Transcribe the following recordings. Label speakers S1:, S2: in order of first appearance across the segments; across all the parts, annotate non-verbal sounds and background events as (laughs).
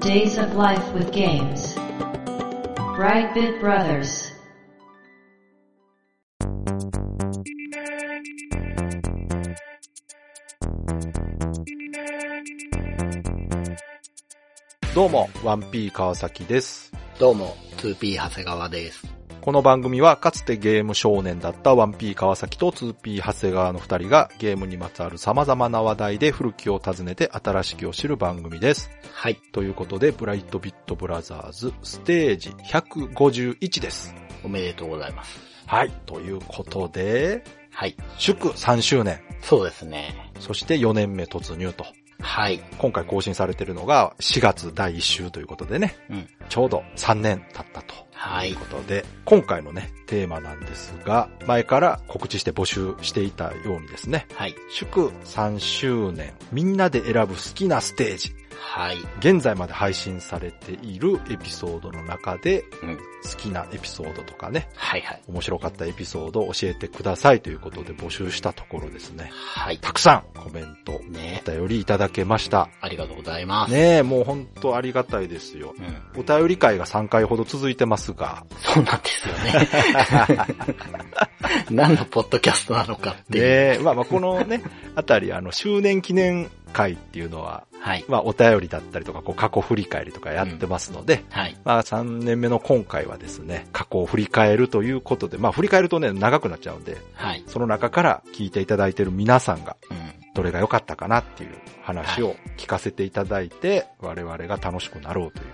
S1: Days of Life with Games. Brightbit Brothers.
S2: どうも、ワンピー川崎です。
S3: どうも、2P 長谷川です。
S2: この番組はかつてゲーム少年だったワンピー川崎と 2P 長谷川の二人がゲームにまつわる様々な話題で古きを訪ねて新しきを知る番組です。
S3: はい。
S2: ということで、ブライトビットブラザーズステージ151です。
S3: おめでとうございます。
S2: はい。ということで、
S3: はい。
S2: 祝3周年、
S3: そうですね。
S2: そして4年目突入と。
S3: はい。
S2: 今回更新されてるのが4月第1週ということでね、
S3: うん。
S2: ちょうど3年経ったと。
S3: は
S2: とい。
S3: いう
S2: ことで、今回のね、テーマなんですが、前から告知して募集していたようにですね、
S3: はい。
S2: 祝3周年、みんなで選ぶ好きなステージ、
S3: はい。
S2: 現在まで配信されているエピソードの中で、
S3: うん。
S2: 好きなエピソードとかね、
S3: はいはい。
S2: 面白かったエピソードを教えてくださいということで募集したところですね、
S3: はい。
S2: たくさんコメント、
S3: ね
S2: お便りいただけました。
S3: ありがとうございます。
S2: ねえ、もう本当ありがたいですよ。
S3: うん。
S2: お便り会が3回ほど続いてますが、
S3: そうなんですよね。 (laughs) 何のポッドキャストなのかっていう。
S2: で、まあまあこのね、 (laughs) あたり、あの、周年記念会っていうのは、
S3: はい。
S2: まあお便りだったりとか、こう過去振り返りとかやってますので、
S3: はい。
S2: まあ3年目の今回はですね、過去を振り返るということで、まあ振り返るとね、長くなっちゃうんで、
S3: はい。
S2: その中から聞いていただいている皆さんが、
S3: うん。
S2: どれが良かったかなっていう話を聞かせていただいて、我々が楽しくなろうという。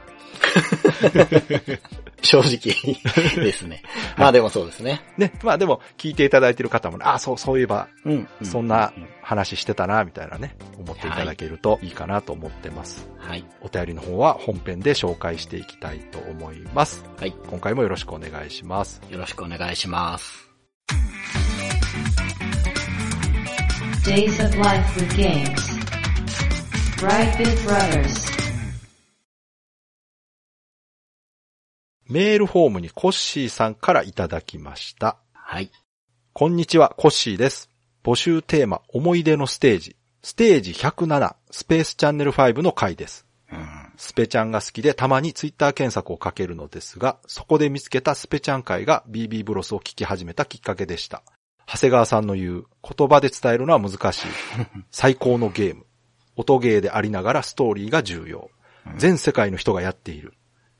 S3: 正直です (laughs) ね。まあでもそうですね。
S2: ね、まあでも聞いていただいている方もね、ああ、そう、そういえば、
S3: うん。
S2: そんな話してたな、みたいなね、思っていただけるといいかなと思ってます。
S3: はい。
S2: お便りの方は本編で紹介していきたいと思います。
S3: はい。
S2: 今回もよろしくお願いします。
S3: よろしくお願いします。
S1: Days of Life with Games. Brightbit Brothers.
S2: メールフォームにコッシーさんからいただきました。
S3: はい。
S2: こんにちは、コッシーです。募集テーマ、思い出のステージ。ステージ107、スペースチャンネル5の回です。
S3: うん。
S2: スペちゃんが好きでたまにツイッター検索をかけるのですが、そこで見つけたスペちゃん会が BB ブロスを聞き始めたきっかけでした。長谷川さんの言う、言葉で伝えるのは難
S3: (laughs)
S2: しい。最高のゲーム。音ゲーでありながらストーリーが重要。全世界の人がやっている。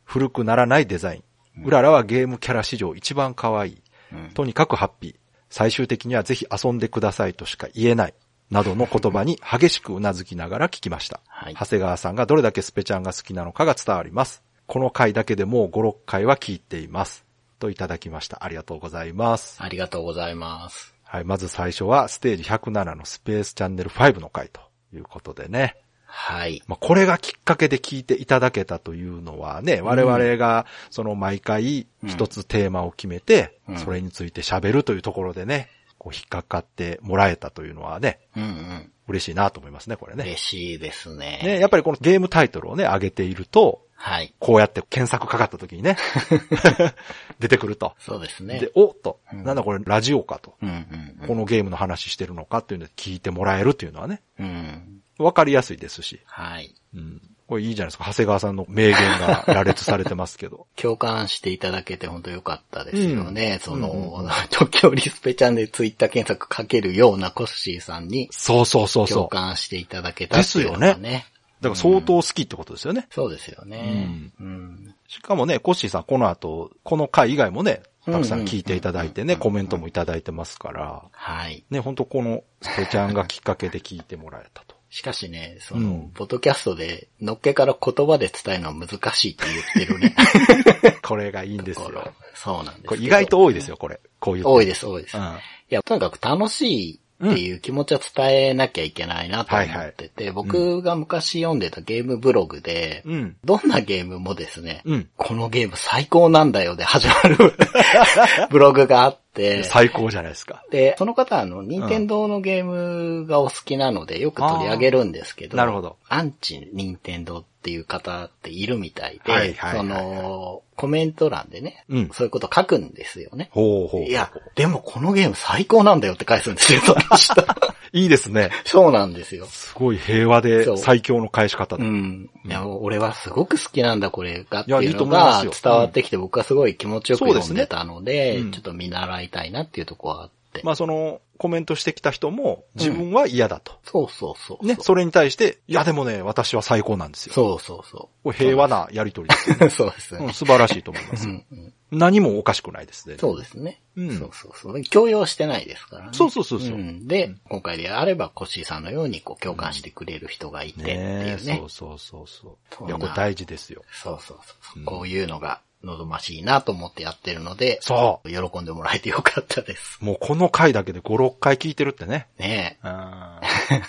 S2: 古くならないデザイン。うららはゲームキャラ史上一番可愛い。
S3: うん。
S2: とにかくハッピー。最終的にはぜひ遊んでくださいとしか言えない。などの言葉に激しくうなずきながら聞きました。
S3: はい
S2: 長谷川さんがどれだけスペちゃんが好きなのかが伝わります。この回だけでもう5、6回は聞いています。といただきました。ありがとうございます。
S3: ありがとうございます。
S2: はい、まず最初はステージ107のスペースチャンネル5の回ということでね。
S3: はい。
S2: まあ、これがきっかけで聞いていただけたというのはね、我々が、その毎回一つテーマを決めて
S3: う、ん
S2: それについて喋るというところでね、こう引っかかってもらえたというのはね、
S3: うんうん。
S2: 嬉しいなと思いますね、これね。
S3: 嬉しいですね。
S2: ね、やっぱりこのゲームタイトルをね、上げていると、
S3: はい。
S2: こうやって検索かかった時
S3: (laughs)
S2: にね、出てくると。
S3: そうですね
S2: で。、おっと、
S3: うん
S2: なんだこれラジオかと。
S3: うんうん
S2: このゲームの話してるのかっていうので聞いてもらえるっていうのはね、
S3: うん。うん。
S2: わかりやすいですし。
S3: はい。
S2: うん。これいいじゃないですか。長谷川さんの名言が羅列されてますけ
S3: (laughs)
S2: ど。
S3: 共感していただけて本当良かったですよね。その、
S2: うん
S3: (laughs)
S2: う
S3: 東京リスペチャンでツイッター検索かけるようなコッシーさんに
S2: そうそうそうそ
S3: 共
S2: う。だか
S3: 感していただけたっていうのが
S2: ですよ
S3: ね。
S2: ら相当好きってことですよね。
S3: そうですよね。うん。
S2: しかもね、コッシーさんこの後、この回以外もね、たくさん聞いていただいてね、
S3: うん
S2: コメントもいただいてますから、
S3: はい。
S2: ね、ほんとこのスペちゃんがきっかけで聞いてもらえ
S3: (laughs)
S2: たと。
S3: しかしね、そ
S2: うん
S3: の、ポ、トキャストで、のっけから言葉で伝えるのは難しいって言ってる
S2: (laughs)
S3: ね。
S2: これがいいんです
S3: ところ
S2: よ。
S3: (laughs) そうなんですけど。
S2: これ意外と多いですよ、これ。こういう。
S3: 多い
S2: で
S3: です、多いです。
S2: うん。
S3: いや、とにかく楽しいっていう気持ちは伝えなきゃいけないなと思ってて、僕が昔読んでたゲームブログで、
S2: うん。
S3: どんなゲームもですね、
S2: うん
S3: このゲーム最高なんだよで始ま
S2: (laughs)
S3: るブログがあって、
S2: 最高じゃないですか。
S3: で、その方はあの、任天堂のゲームがお好きなので、よく取り上げるんですけど、
S2: あーなるほど
S3: アンチ任天堂っていう方っているみたいで、
S2: はいはいはいはい
S3: その、コメント欄でね、
S2: うん
S3: そういうこと書くんですよね。
S2: ほうほう。 (laughs)
S3: いや、でもこのゲーム最高なんだよって返すんですよ、その人
S2: いいですね。
S3: そうなんですよ。
S2: すごい平和
S3: そ
S2: で
S3: う
S2: 最強の返し方
S3: う
S2: だ。
S3: ん。
S2: うん
S3: いや、俺はすごく好きなんだ、これがって
S2: いや
S3: いうの
S2: いいと思いま
S3: が
S2: すよ
S3: 伝わってきて、僕はすごい気持ちよく
S2: そうで
S3: 読
S2: す
S3: ん
S2: ね
S3: でたので、
S2: うん
S3: ちょっと見習いたいなっていうところはあって。
S2: まあその、コメントしてきた人も自分は嫌だと。
S3: そうそうそう。
S2: ね、それに対して、いやでもね、私は最高なんですよ。
S3: そうそう (laughs) そ
S2: これ平和なやりとりですよね
S3: う。そうです
S2: うん
S3: ね。
S2: 素晴らしいと思いま
S3: う
S2: す。
S3: んうん
S2: 何もおかしくないですね。
S3: そうですね。
S2: うん
S3: そうそうそう。強要してないですからね。
S2: そうそうそうそう
S3: うんで、今回であれば、コッシーさんのようにこう共感してくれる人がいてっていう
S2: ね
S3: ね。
S2: え、そうそうそうそ。
S3: そうう
S2: いや、これ
S3: な
S2: 大事ですよ。
S3: そうそうそう。
S2: うん
S3: こういうのが望ましいなと思ってやってるので、
S2: そ
S3: 喜んでもらえてよかっ
S2: (laughs)
S3: たです。
S2: う。もうこの回だけで5、6回聞いてるってね。
S3: ね
S2: うん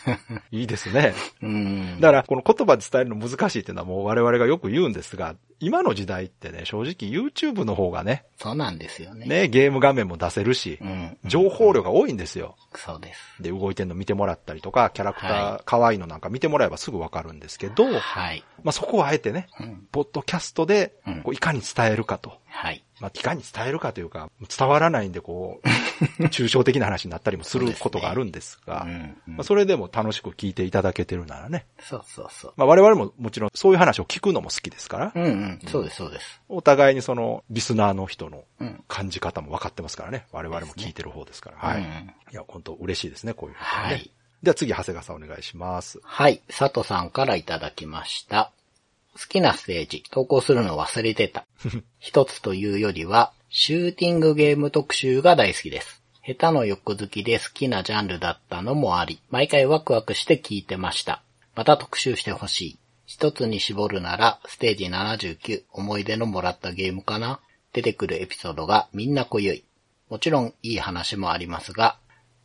S2: (laughs) いいですね。
S3: え。うん。
S2: だから、この言葉で伝えるの難しいっていうのはもう我々がよく言うんですが、今の時代ってね、正直 YouTube の方がね、
S3: そうなんですよね。
S2: ね、ゲーム画面も出せるし
S3: う、ん。
S2: 情報量が多いんですよ。
S3: そうです。
S2: で、動いてんの見てもらったりとか、キャラクタ
S3: は
S2: ー、可愛いのなんか見てもらえばすぐわかるんですけど、ま
S3: はい。
S2: あそこはあえてね、
S3: うん。
S2: ポッドキャストで
S3: うん、
S2: こういかに伝えるかと。
S3: はい。
S2: まあ、いかに伝えるかというか、伝わらないんで、こ
S3: (laughs)
S2: う、抽象的な話になったりもすることがあるんですが、
S3: うんうん
S2: まあ、それでも楽しく聞いていただけてるならね、
S3: そうそうそう。
S2: まあ、我々ももちろんそういう話を聞くのも好きですから、
S3: うんうん。そうです、そうです。
S2: お互いにその、リスナーの人の
S3: うん。
S2: 感じ方も分かってますからね、我々も聞いてる方ですから、はい。
S3: うん
S2: いや、本当嬉しいですね、こういうことはね。
S3: はい。
S2: では次、長谷川さんお願いします。
S3: はい。佐藤さんからいただきました。好きなステージ、投稿するの忘れてた。一つというよりは、シューティングゲーム特集が大好きです。下手の横好きで好きなジャンルだったのもあり、毎回ワクワクして聞いてました。また特集してほしい。一つに絞るなら、ステージ79、思い出のもらったゲームかな出てくるエピソードがみんな濃ゆい。もちろんいい話もありますが、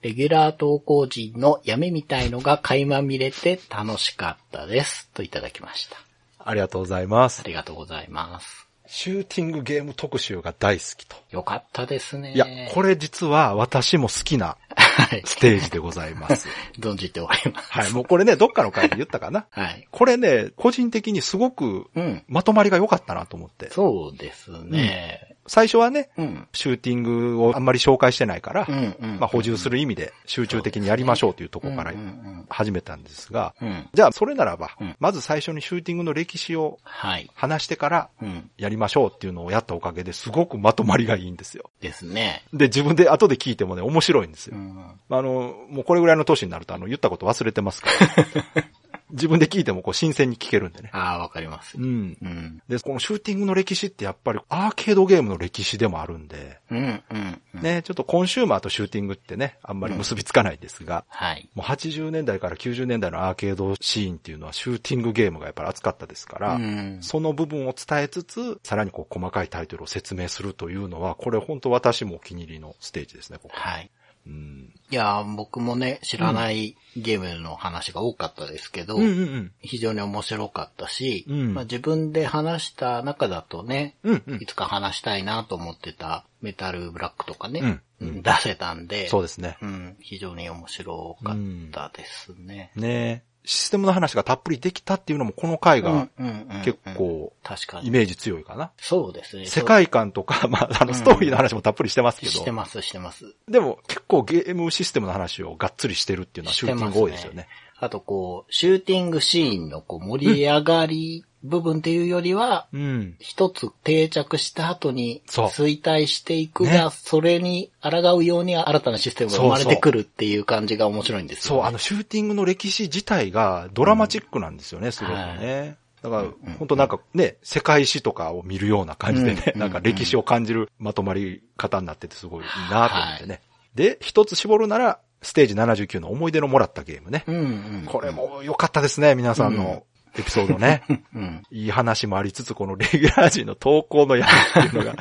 S3: レギュラー投稿時の闇みたいのが垣間見れて楽しかったです。といただきました。
S2: ありがとうございます
S3: あ。りがとうございます。
S2: シューティングゲーム特集が大好きと。
S3: よかったですね。
S2: いや、これ実は私も好きな
S3: はい。
S2: ステージでございます。
S3: (laughs) 存じております。
S2: はい、もうこれね、どっかの回で言ったかな。
S3: はい。
S2: これね、個人的にすごく
S3: うん。
S2: まとまりが良かったなと思って。
S3: そうですね。
S2: 最初はね、
S3: うん。
S2: シューティングをあんまり紹介してないから、
S3: うんうん。
S2: まあ補充する意味で集中的にやりましょうというところから
S3: うんうん
S2: 始めたんですが、
S3: うん。うん。
S2: じゃあそれならば
S3: うん、
S2: まず最初にシューティングの歴史を
S3: はい。
S2: 話してから
S3: うん。
S2: やりましょうっていうのをやったおかげですごくまとまりがいいんですよ。
S3: ですね。
S2: で、自分で後で聞いてもね、面白いんですよ
S3: う。ん。
S2: あの、もうこれぐらいの年になると、あの、言ったこと忘れてますから。
S3: (laughs)
S2: 自分で聞いても、こう、新鮮に聞けるんでね。
S3: ああ、わかります
S2: う。ん。
S3: うん。
S2: で、このシューティングの歴史ってやっぱりアーケードゲームの歴史でもあるんで、
S3: うんうん。うん。
S2: ね、ちょっとコンシューマーとシューティングってね、あんまり結びつかないですが、
S3: はい。
S2: もう80年代から90年代のアーケードシーンっていうのはシューティングゲームがやっぱり熱かったですから、
S3: うん。
S2: その部分を伝えつつ、さらにこう細かいタイトルを説明するというのは、これ本当私もお気に入りのステージですね、ここ。
S3: はい。
S2: うん。
S3: いやー、僕もね、知らないゲームの話が多かったですけど、
S2: うんうんうん。
S3: 非常に面白かったし、
S2: うん
S3: まあ、自分で話した中だとね、
S2: うんうん
S3: い。つか話したいなと思ってたメタルブラックとかね、
S2: うん
S3: うん出せたんで、
S2: そうですね。
S3: うん、非常に面白かったですね。
S2: ねえシステムの話がたっぷりできたっていうのもこの回
S3: うん
S2: が
S3: うんうんうん
S2: 結構
S3: 確か
S2: イ
S3: に。
S2: メージ強いかな。
S3: そうですね。
S2: 世界観とか、まあ、あの、ストーリーの話もたっぷりしてます
S3: そう
S2: け
S3: して
S2: ど、
S3: ます、してます。
S2: でも結構ゲームシステムの話をがっつりしてるっていうのはシューティング多いですよね。
S3: あとこう、シューティングシーンのこう盛り上がり部分っていうよりは、
S2: うん。
S3: 一つ定着した後に
S2: そう
S3: 衰退していくが、
S2: ね
S3: それに抗うように新たなシステムが生まれてくるっていう感じが面白いんです
S2: そう、
S3: よ、
S2: あ
S3: ね。
S2: の、シューティングの歴史自体がドラマチックなんですよね、すごくね。だから、本当なんかね、世界史とかを見るような感じでね、
S3: うん
S2: なんか歴史を感じるまとまり方になっててすごいいいなと思ってね。で、一つ絞るなら、ステージ79の思い出のもらったゲームね。
S3: うんうん。
S2: これも良かったですね、皆さんのエピソード (laughs) ね。
S3: うん。
S2: いい話もありつつ、このレギュラー陣の投稿のやつっていうの
S3: (laughs)
S2: が。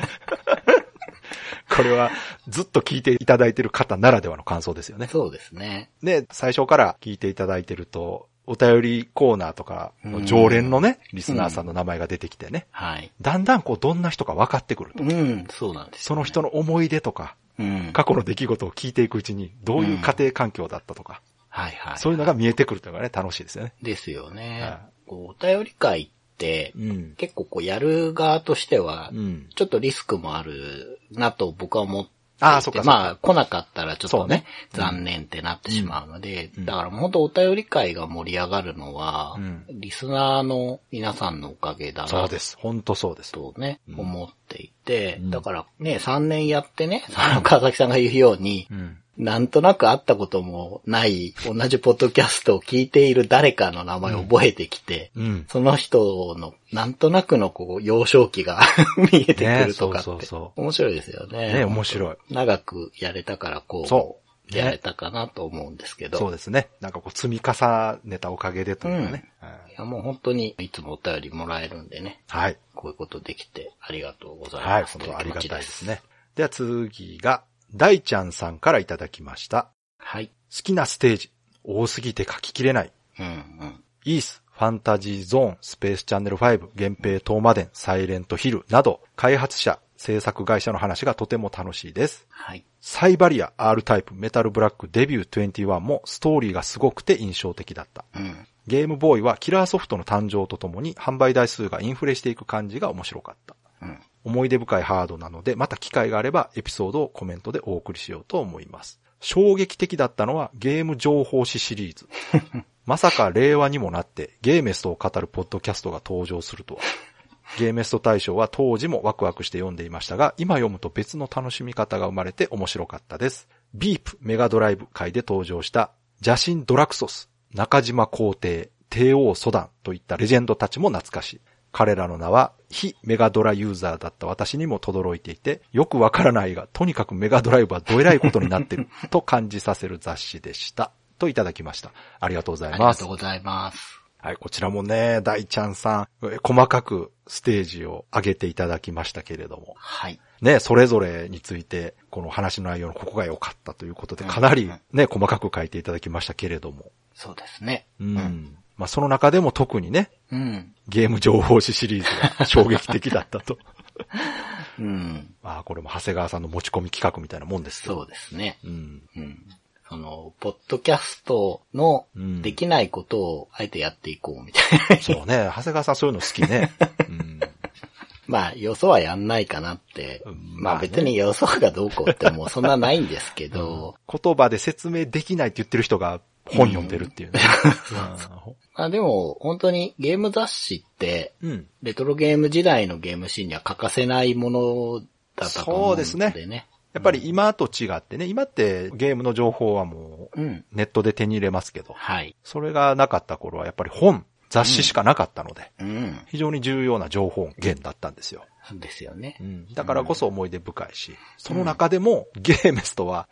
S2: これはずっと聞いていただいてる方ならではの感想ですよね。
S3: そうですね。
S2: ね、最初から聞いていただいてると、お便りコーナーとかの常連のね、リスナーさんの名前が出てきてね、
S3: はい。
S2: だんだんこうどんな人か分かってくると。
S3: うん、そうなんです
S2: そ
S3: よ、
S2: の人の思い出とか、
S3: うん。
S2: 過去の出来事を聞いていくうちに、どういう家庭環境だったとか、
S3: はいはい。
S2: そういうのが見えてくるというのがね、楽しいですよね。
S3: ですよね。
S2: は
S3: こうお便り会って、
S2: うん。
S3: 結構こうやる側としては、
S2: うん。
S3: ちょっとリスクもあるなと僕は思っ
S2: ああ、そっかそっか。
S3: まあ、来なかったらちょっ
S2: そ
S3: と
S2: う
S3: ね
S2: ね、
S3: 残念ってなってしまうので、
S2: うん
S3: だからもう本当お便り会が盛り上がるのは、
S2: うん
S3: リスナーの皆さんのおかげだ
S2: そう
S3: な
S2: です。本当そうです。
S3: とね、
S2: うん
S3: 思っていて、
S2: うん
S3: だからね、3年やってね、その川崎さんが言うように
S2: う、ん。
S3: なんとなく会ったこともない、同じポッドキャストを聞いている誰かの名前を覚えてきて、
S2: うん。
S3: その人の、なんとなくのこう、幼少期が (laughs) 見えてくるとかって、
S2: ねそうそうそ
S3: 面白いですよね。
S2: ね、面白い。
S3: 長くやれたからこう、
S2: そう。
S3: やれ
S2: ね。
S3: たかなと思うんですけど。
S2: そうですね。なんかこう積み重ねたおかげでというかね。うん
S3: いやもう本当にいつもお便りもらえるんでね、
S2: はい。
S3: こういうことできてありがとうござい
S2: はい、
S3: ます。
S2: 本当あ
S3: と
S2: り
S3: う
S2: が
S3: 気持ち
S2: たいです。ね。では次が、大ちゃんさんからいただきました。
S3: はい。
S2: 好きなステージ、多すぎて書ききれない。
S3: うんうん。
S2: イース、ファンタジーゾーン、スペースチャンネル5、源平東マデン、サイレントヒルなど、開発者、制作会社の話がとても楽しいです。
S3: はい。
S2: サイバリア、R タイプ、メタルブラック、デビュー21もストーリーがすごくて印象的だった。
S3: うん。
S2: ゲームボーイはキラーソフトの誕生とともに販売台数がインフレしていく感じが面白かった。
S3: うん。
S2: 思い出深いハードなので、また機会があればエピソードをコメントでお送りしようと思います。衝撃的だったのはゲーム情報誌シリーズ。まさか令和にもなってゲーメストを語るポッドキャストが登場するとは。ゲーメスト大賞は当時もワクワクして読んでいましたが、今読むと別の楽しみ方が生まれて面白かったです。ビープメガドライブ会で登場した邪神ドラクソス、中島皇帝、帝王ソダンといったレジェンドたちも懐かしい。彼らの名は非メガドラユーザーだった私にも轟いていて、よくわからないが、とにかくメガドライブはどえらいことになってると感じさせる雑誌でした。といただきました。ありがとうござ
S3: あ
S2: い
S3: り
S2: ま
S3: が
S2: す
S3: とう。ございます。
S2: はい、こちらもね、大ちゃんさん、え細かくステージを上げていただきましたけれども、
S3: はい。
S2: ね、それぞれについて、この話の内容のここが良かったということで、かな
S3: うん
S2: り
S3: うん
S2: ね、細かく書いていただきましたけれども、
S3: そうですね。
S2: うん。まあ、その中でも特にね、
S3: うん。
S2: ゲーム情報誌シリーズが衝撃的だったと。
S3: (laughs) うん。
S2: まあ、これも長谷川さんの持ち込み企画みたいなもんですけど
S3: そうですね。
S2: うん。
S3: うん。その、ポッドキャストの
S2: うん
S3: できないことをあえてやっていこうみたいな。 (laughs)
S2: そうね、長谷川さんそういうの好きね。うん。
S3: まあ、よそはやんないかなって
S2: う。んま
S3: まあ
S2: あね
S3: 別によそがどうこうってもうそんなないんですけど、
S2: 言葉で説明できないって言ってる人が本読んでるっていうね。
S3: まあでも本当にゲーム雑誌って、
S2: うんうん。
S3: レトロゲーム時代のゲームシーンには欠かせないものだったと思うのでね。
S2: そうですやっぱり今と違ってね、今ってゲームの情報はもう
S3: うん。
S2: ネットで手に入れますけど、
S3: はい。
S2: それがなかった頃はやっぱり本、雑誌しかなかったので、
S3: うん。
S2: 非常に重要な情報源だったんですよ。
S3: そうですよね。
S2: だからこそ思い出深いし、その中でもゲーメストは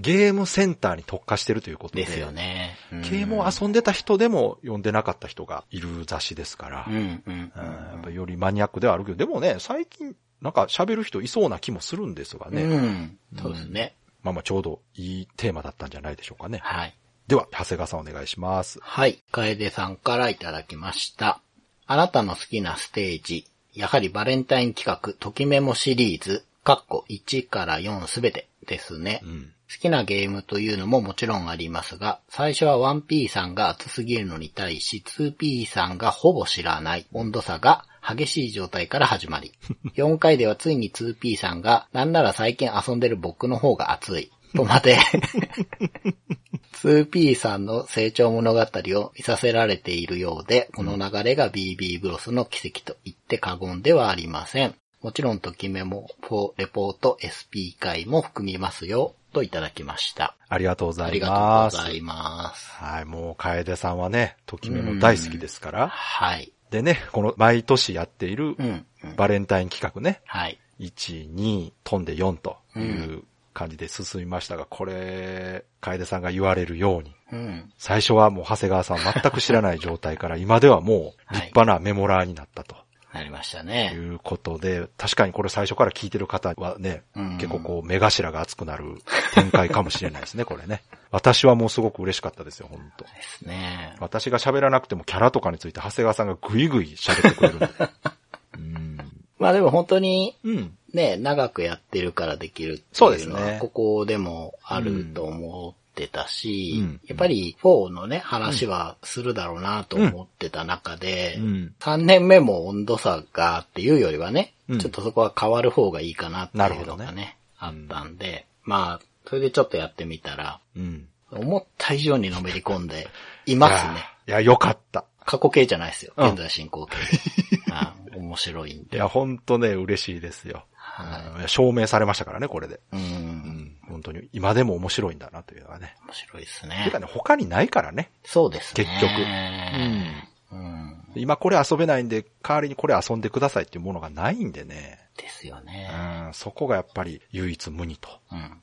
S2: ゲームセンターに特化してるということで、
S3: ですよね。うん
S2: ゲームを遊んでた人でも読んでなかった人がいる雑誌ですから、
S3: うんうん
S2: うんやっぱよりマニアックではあるけど、でもね、最近なんか喋る人いそうな気もするんですが
S3: うん。
S2: ね、
S3: うん。そうですね。
S2: まあまあちょうどいいテーマだったんじゃないでしょうかね。
S3: はい。
S2: では、長谷川さんお願いします。
S3: はい。楓さんからいただきました。あなたの好きなステージ、やはりバレンタイン企画、ときメモシリーズ、かっこ1から4すべてですね。
S2: うん。
S3: 好きなゲームというのももちろんありますが、最初は 1P さんが熱すぎるのに対し、2P さんがほぼ知らない温度差が激しい状態から始 (laughs) まり、4回ではついに 2P さんが、なんなら最近遊んでる僕の方が熱い、とまで、2P さんの成長物語を見させられているようで、この流れが BB ブロスの奇跡と言って過言ではありません。もちろん、ときメモ、4レポート、SP 会も含みますよ、といただきました。
S2: ありがとうござ
S3: あ
S2: い
S3: りが
S2: ます。
S3: とうございます。
S2: はい、もう、楓さんはね、ときめも大好きですから。
S3: はい。
S2: でね、この毎年やっている
S3: うん、うん。
S2: バレンタイン企画ね、
S3: はい。
S2: 1、2、飛んで4という感じで進みましたが、これ、楓さんが言われるように、
S3: うん。
S2: 最初はもう長谷川さん全く知らない状態から、今ではもう立派なメモラーになったと。
S3: なりました
S2: と
S3: ね。
S2: いうことで、確かにこれ最初から聞いてる方はね、
S3: うん
S2: 結構こう目頭が熱くなる展開かもしれないですね、これね。私はもうすごく嬉しかったですよ、本当
S3: ですね。
S2: 私が喋らなくてもキャラとかについて長谷川さんがぐいぐい喋ってくれる
S3: (laughs)
S2: んで。うん。
S3: まあでも本当に、
S2: うん。
S3: ね、長くやってるからできるって
S2: そうで
S3: いう
S2: す
S3: のは
S2: ね、
S3: ここでもあると思ってたし、
S2: うん
S3: やっぱり4のね、話はするだろうなと思ってた中で、
S2: うん
S3: 3年目も温度差がっていうよりはね、
S2: うん
S3: ちょっとそこは変わる方がいいかなっていう
S2: な
S3: の
S2: る
S3: が
S2: ほど
S3: ね、あったんで、まあ、それでちょっとやってみたら、
S2: うん。
S3: 思った以上にのめり込んで、い
S2: い
S3: ま
S2: や (laughs)
S3: すね。
S2: いや、よかった。
S3: 過去形じゃないですよ。
S2: うん
S3: 現在進行
S2: (laughs)
S3: 形。あ面白いん
S2: い
S3: で。
S2: や、ほんとね、嬉しいですよ。
S3: は
S2: うん証明されましたからね、これで。
S3: い。うん。
S2: 本当に、今でも面白いんだなというのはね。
S3: 面白いです
S2: て
S3: ね
S2: か。ね、他にないからね。
S3: そうですね。
S2: 結
S3: 局。うん。
S2: 今これ遊べないんで、代わりにこれ遊んでくださいっていうものがないんでね。
S3: ですよ
S2: う
S3: ね。
S2: ん、そこがやっぱり唯一無二と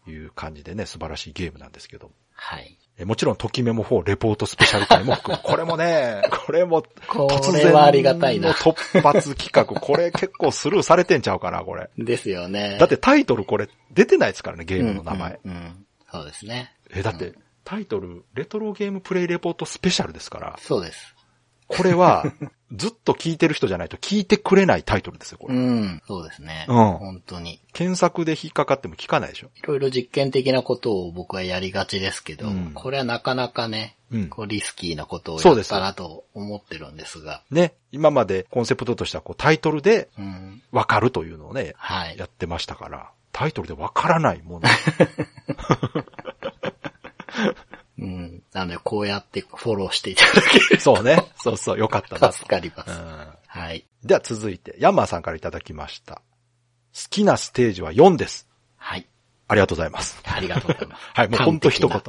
S3: うん。
S2: いう感じでね、素晴らしいゲームなんですけど。
S3: はい。
S2: えもちろん、ときメモ4レポートスペシャル回も含む。これも
S3: (laughs)
S2: ね、これも、
S3: こ
S2: 突
S3: れ
S2: 然
S3: はありがたい
S2: の
S3: な。
S2: 突発企画。これ結構スルーされてんちゃうかな、これ。
S3: ですよね。
S2: だってタイトルこれ出てないですからね、ゲームの名前。
S3: うんうんうんそうですね。
S2: え、だって、タイトル、レトロゲームプレイレポートスペシャルですから、
S3: そうです。
S2: これ
S3: (laughs)
S2: は、ずっと聞いてる人じゃないと聞いてくれないタイトルですよ、こ
S3: う
S2: れ。
S3: ん。そうですね。
S2: うん
S3: 本当に。
S2: 検索で引っかかっても聞かないでしょ。
S3: いろいろ実験的なことを僕はやりがちですけど、
S2: うん
S3: これはなかなかね、
S2: うん
S3: こうリスキーなことを
S2: そ
S3: や
S2: うで
S3: っ
S2: す
S3: たなと思ってるんですが、
S2: ね、今までコンセプトとしてはこうタイトルで
S3: うん、
S2: わかるというのをね、
S3: はい
S2: や。ってましたから、タイトルでわからないも
S3: (laughs)
S2: の。
S3: うん、なのでこうやってフォローしていただける
S2: そうね。そうそう、よかった
S3: と
S2: な。
S3: 助かります。
S2: うん
S3: はい。
S2: では続いて、ヤンマーさんからいただきました。好きなステージは4です。
S3: はい。
S2: ありがとうございます。。
S3: ありがとうございます
S2: (laughs) はい、もうほんと一
S3: 完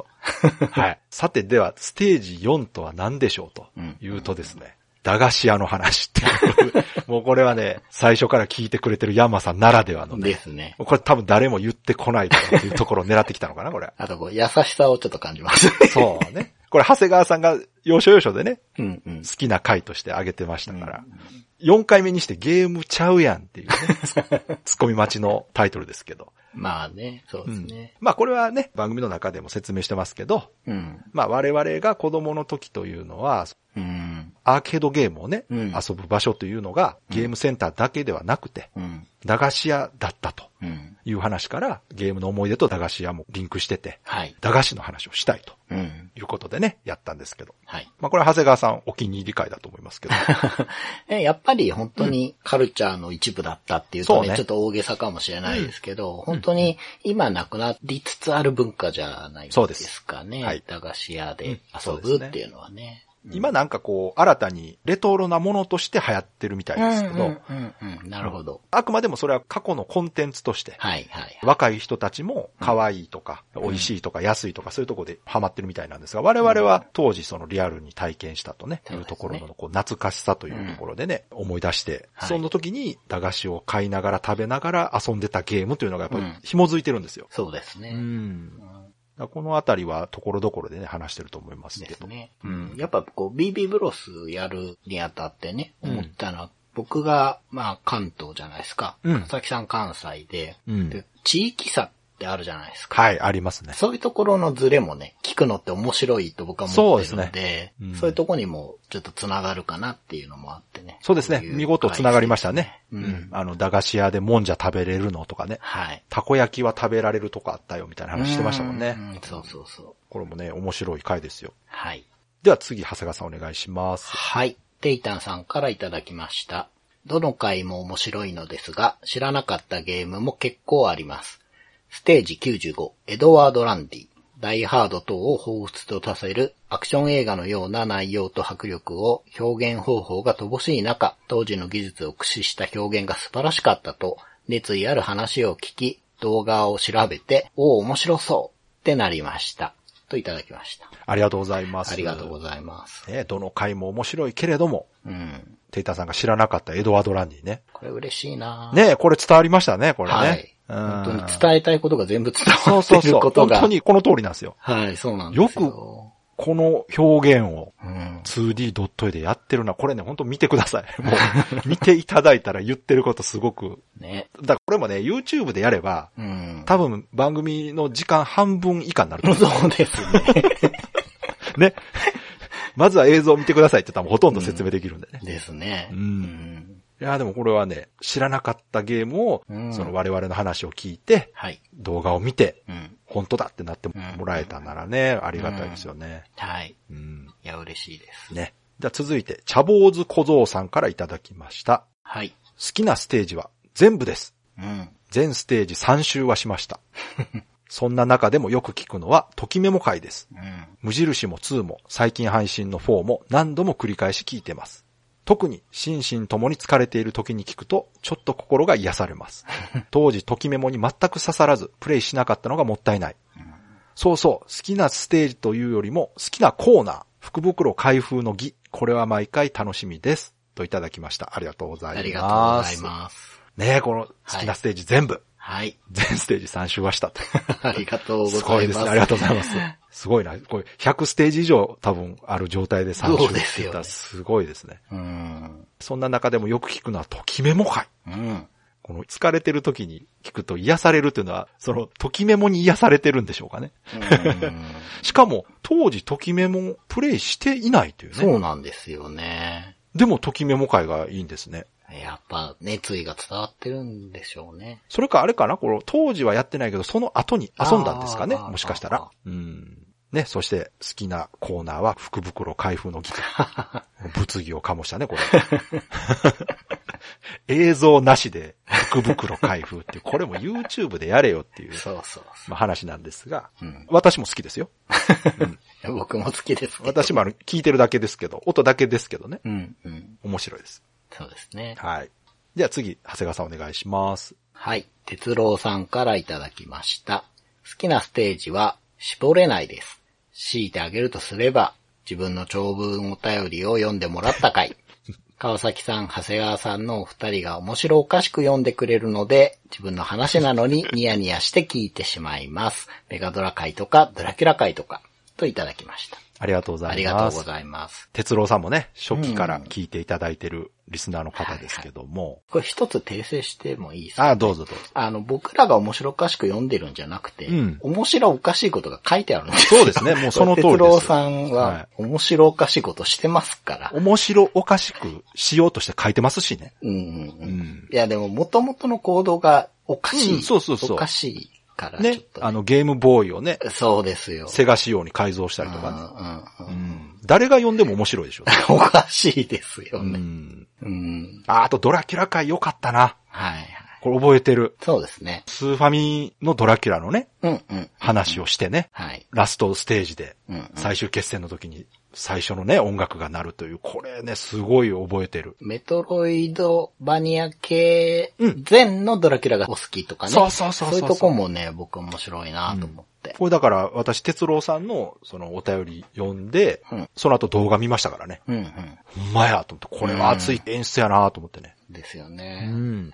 S3: 璧
S2: 言。はい。さて、では、ステージ4とは何でしょうと
S3: うん
S2: 言うとですね、駄菓子屋の話っていう。もうこれはね、最初から聞いてくれてるヤンマさんならではの
S3: な。
S2: ね。
S3: ですね。
S2: これ多分誰も言ってこないだろうっていうところを狙ってきたのかな、
S3: (laughs)
S2: これ。
S3: あとこう、優しさをちょっと感じます。
S2: そうね。これ、長谷川さんが要所要所でね、
S3: うんうん。
S2: 好きな回として挙げてましたから、4回目にしてゲームちゃうやんって
S3: (laughs)
S2: いうね、ツッコミ待ちのタイトルですけど。
S3: まあね、そうですね。
S2: まあこれはね、番組の中でも説明してますけど、
S3: うん。
S2: まあ我々が子供の時というのは、
S3: うん。
S2: アーケードゲームをね、
S3: うん
S2: 遊ぶ場所というのがゲームセンターだけではなくて、
S3: うん。
S2: 駄菓子屋だったと
S3: うん。
S2: いう話から、ゲームの思い出と駄菓子屋もリンクしてて、
S3: はい。
S2: 駄菓子の話をしたいと
S3: うん。
S2: いうことでね、やったんですけど。
S3: はい。 (laughs)
S2: まあこれは長谷川さんお気に入り会だと思いますけど。
S3: えやっぱり本当にカルチャーの一部だったっていうと
S2: そう
S3: ね、
S2: ね
S3: ちょっと大げさかもしれないですけど、本当に今なくなりつつある文化じゃない
S2: そうで
S3: ですすかね。
S2: はい
S3: 駄菓子屋で
S2: うん
S3: 遊
S2: そうです
S3: ぶ
S2: ね
S3: っていうのはね。
S2: 今なんかこう、新たにレトロなものとして流行ってるみたいですけど、
S3: うんうんうんうんなるほど。
S2: あくまでもそれは過去のコンテンツとして、
S3: はいはい。
S2: 若い人たちも可愛いとか、美味しいとか安いとかそういうところでハマってるみたいなんですが、我々は当時そのリアルに体験したとね、
S3: そう
S2: い
S3: です
S2: うと
S3: ね
S2: ころのこう懐かしさというところでね、思い出して、
S3: はい
S2: その時に駄菓子を買いながら食べながら遊んでたゲームというのがやっぱり
S3: うん
S2: 紐づいてるんですよ。
S3: そうです
S2: う
S3: ね。
S2: ん。だからこのあたりはところどころでね、話してると思います
S3: で
S2: け
S3: す
S2: ど。
S3: ね。うん。やっぱこう、BB ブロスやるにあたってね、
S2: うん
S3: 思ったのは、僕が、まあ、関東じゃないですか。
S2: うん
S3: 佐々木さん関西で、
S2: うん
S3: で地域差ってあるじゃないですか。
S2: はい、ありますね。
S3: そういうところのズレもね、聞くのって面白いと僕は思ってるの
S2: そう
S3: で、そう
S2: うん
S3: いうところにもちょっと繋がるかなっていうのもあってね。
S2: そうですね。
S3: こい
S2: 見事繋がりましたね。
S3: う
S2: うんん。あの、駄菓子屋でもんじゃ食べれるのとかね。
S3: はい。
S2: たこ焼きは食べられるとこあったよみたいな話してましたもんね。
S3: うそうそうそう。
S2: これもね、面白い回ですよ。
S3: はい。
S2: では次、長谷川さんお願いします。
S3: はい。テイタンさんからいただきました。どの回も面白いのですが、知らなかったゲームも結構あります。ステージ95、エドワード・ランディ。ダイハード等を彷彿とさせるアクション映画のような内容と迫力を表現方法が乏しい中、当時の技術を駆使した表現が素晴らしかったと、熱意ある話を聞き、動画を調べて、おお、面白そうってなりました。といただきました。
S2: ありがとうございます。
S3: ありがとうご
S2: い
S3: ざいます。
S2: ね、どの回も面白いけれども、
S3: うん。
S2: テイターさんが知らなかったエドワード・ランディね。
S3: これ嬉しいなぁ
S2: ねこれ伝わりましたね、これね。
S3: はい。
S2: うん
S3: 本当に伝えたいことが全部伝
S2: そ
S3: わ
S2: う
S3: って
S2: そう
S3: る (laughs)
S2: そう。
S3: こ
S2: 本
S3: とが。
S2: 当にこの通りなんですよ。
S3: はい、そうなんですよ。
S2: よこの表現を
S3: うん。
S2: 2D ドット絵でやってるな。これね、本当見てください。 (laughs) もう、見ていただいたら言ってることすごく。
S3: ね。
S2: だからこれもね、YouTube でやれば、
S3: うん。
S2: 多分番組の時間半分以下になる
S3: (laughs)
S2: と思う
S3: そうですね。
S2: ね。 (laughs) まずは映像を見てくださいって多分ほとんど説明できるんでね。
S3: ですね。
S2: うん
S3: うん。
S2: いやでもこれはね、知らなかったゲームを、
S3: うん
S2: その我々の話を聞いて、
S3: はい。
S2: 動画を見て、
S3: うん。
S2: 本当だってなってもらえたならね、ありがたいですよね。
S3: はい。
S2: うん。
S3: いや、嬉しいです。
S2: ね。じゃあ続いて、茶坊主小僧さんからいただきました。
S3: はい。
S2: 好きなステージは全部です。
S3: うん。
S2: 全ステージ3周はしま
S3: (laughs)
S2: した。そんな中でもよく聞くのは、ときメモ会です。
S3: うん。
S2: 無印も2も最近配信の4も何度も繰り返し聞いてます。特に心身ともに疲れている時に聞くと、ちょっと心が癒され
S3: (laughs)
S2: ます。当時、ときメモに全く刺さらず、プレイしなかったのがもったいない。そうそう、好きなステージというよりも、好きなコーナー、福袋開封の儀、これは毎回楽しみです。といただきました。ありがとうございます。
S3: ありがとうございます。
S2: ねえ、この好きなステージ全部、
S3: はい。
S2: 全ステージ3周はしたと。
S3: (laughs) ありがとうございま
S2: す
S3: す。
S2: ごいですね。ありがとうございます。すごいな。これ100ステージ以上多分ある状態で3
S3: そう
S2: 周
S3: で
S2: っ
S3: す
S2: て言
S3: よ
S2: ったらすごいですね。
S3: うん。
S2: そんな中でもよく聞くのはときメモ会。 (laughs)
S3: うん。
S2: この疲れてる時に聞くと癒されるというのは、そのときメモに癒されてるんでしょうかね。
S3: うん
S2: しかも当時ときメモをプレイしていないという
S3: そ
S2: ね。
S3: うなんですよね。
S2: でもときメモ会がいいんですね。
S3: やっぱ熱意が伝わってるんでしょうね。
S2: それかあれかなこの当時はやってないけど、その後に遊んだんですかね
S3: あー
S2: もしかした
S3: あー
S2: ら。うん。ね、そして好きなコーナーは福袋開封の
S3: (laughs)
S2: 儀。物議を醸したね、これ。 (laughs) 映像なしで福袋開封って、これも YouTube でやれよっていう、
S3: そうそうそ
S2: まあ、話なんですが、
S3: う。うん
S2: 私も好きですよ。
S3: いや僕も好きですけど。
S2: 私もあの、聞いてるだけですけど、音だけですけどね。
S3: うん、うん。
S2: 面白いです。
S3: そうですね。
S2: はい。では次、長谷川さんお願いします。
S3: はい。哲郎さんからいただきました。好きなステージは、絞れないです。強いてあげるとすれば、自分の長文お便りを読んでもらった回。川崎さん、長谷川さんのお二人が面白おかしく読んでくれるので、自分の話なのにニヤニヤして聞いてしまいます。メガドラ回とか、ドラキュラ回とか、といただきました。
S2: ありがとうございます。
S3: ありがとうございます。
S2: 哲郎さんもね、初期から聞いていただいてるリスナーの方ですけども。
S3: これ一つ訂正してもいいですか
S2: ああ、どうぞどうぞ。
S3: あの、僕らが面白おかしく読んでるんじゃなくて、
S2: うん
S3: 面白おかしいことが書いてあるんですよ。
S2: そうですね、もうその通りです。
S3: 哲郎さんは
S2: は、
S3: 面白おかしいことしてますから。
S2: 面白おかしくしようとして書いてますしね。
S3: うんうんうん
S2: うん
S3: いや、でも、元々の行動がおかしい。
S2: うんそうそうそう
S3: おかしいから、ちょっ
S2: ね。
S3: と、
S2: あの、ゲームボーイをね、
S3: そうですよ。
S2: セガ仕様に改造したりとか
S3: うんう (laughs)
S2: ね。うんん。誰が読んでも面白いでしょ。
S3: うんおかしいですよ
S2: う
S3: ね。
S2: ん。
S3: うん。
S2: あ、あとドラキュラ回良かったな。
S3: はいはい。
S2: これ覚えてる。
S3: そうですね。
S2: スーファミのドラキュラのね、
S3: うんうん。
S2: 話をしてね。
S3: はい。
S2: ラストステージで、
S3: うん、うん。
S2: 最終決戦の時に最初のね、音楽が鳴るという、これね、すごい覚えてる。
S3: メトロイドバニア系
S2: うん
S3: 前のドラキュラがお好きとかね。
S2: そうそうそうそう
S3: そういうとこもね、僕面白いなと思って。
S2: これだから私、哲郎さんのそのお便り読んで、
S3: うん
S2: その後動画見ましたからね。
S3: うん、うん、
S2: ほんまやと思って、これは熱い演出やなと思ってね。
S3: ですよ
S2: う
S3: ね。
S2: ん。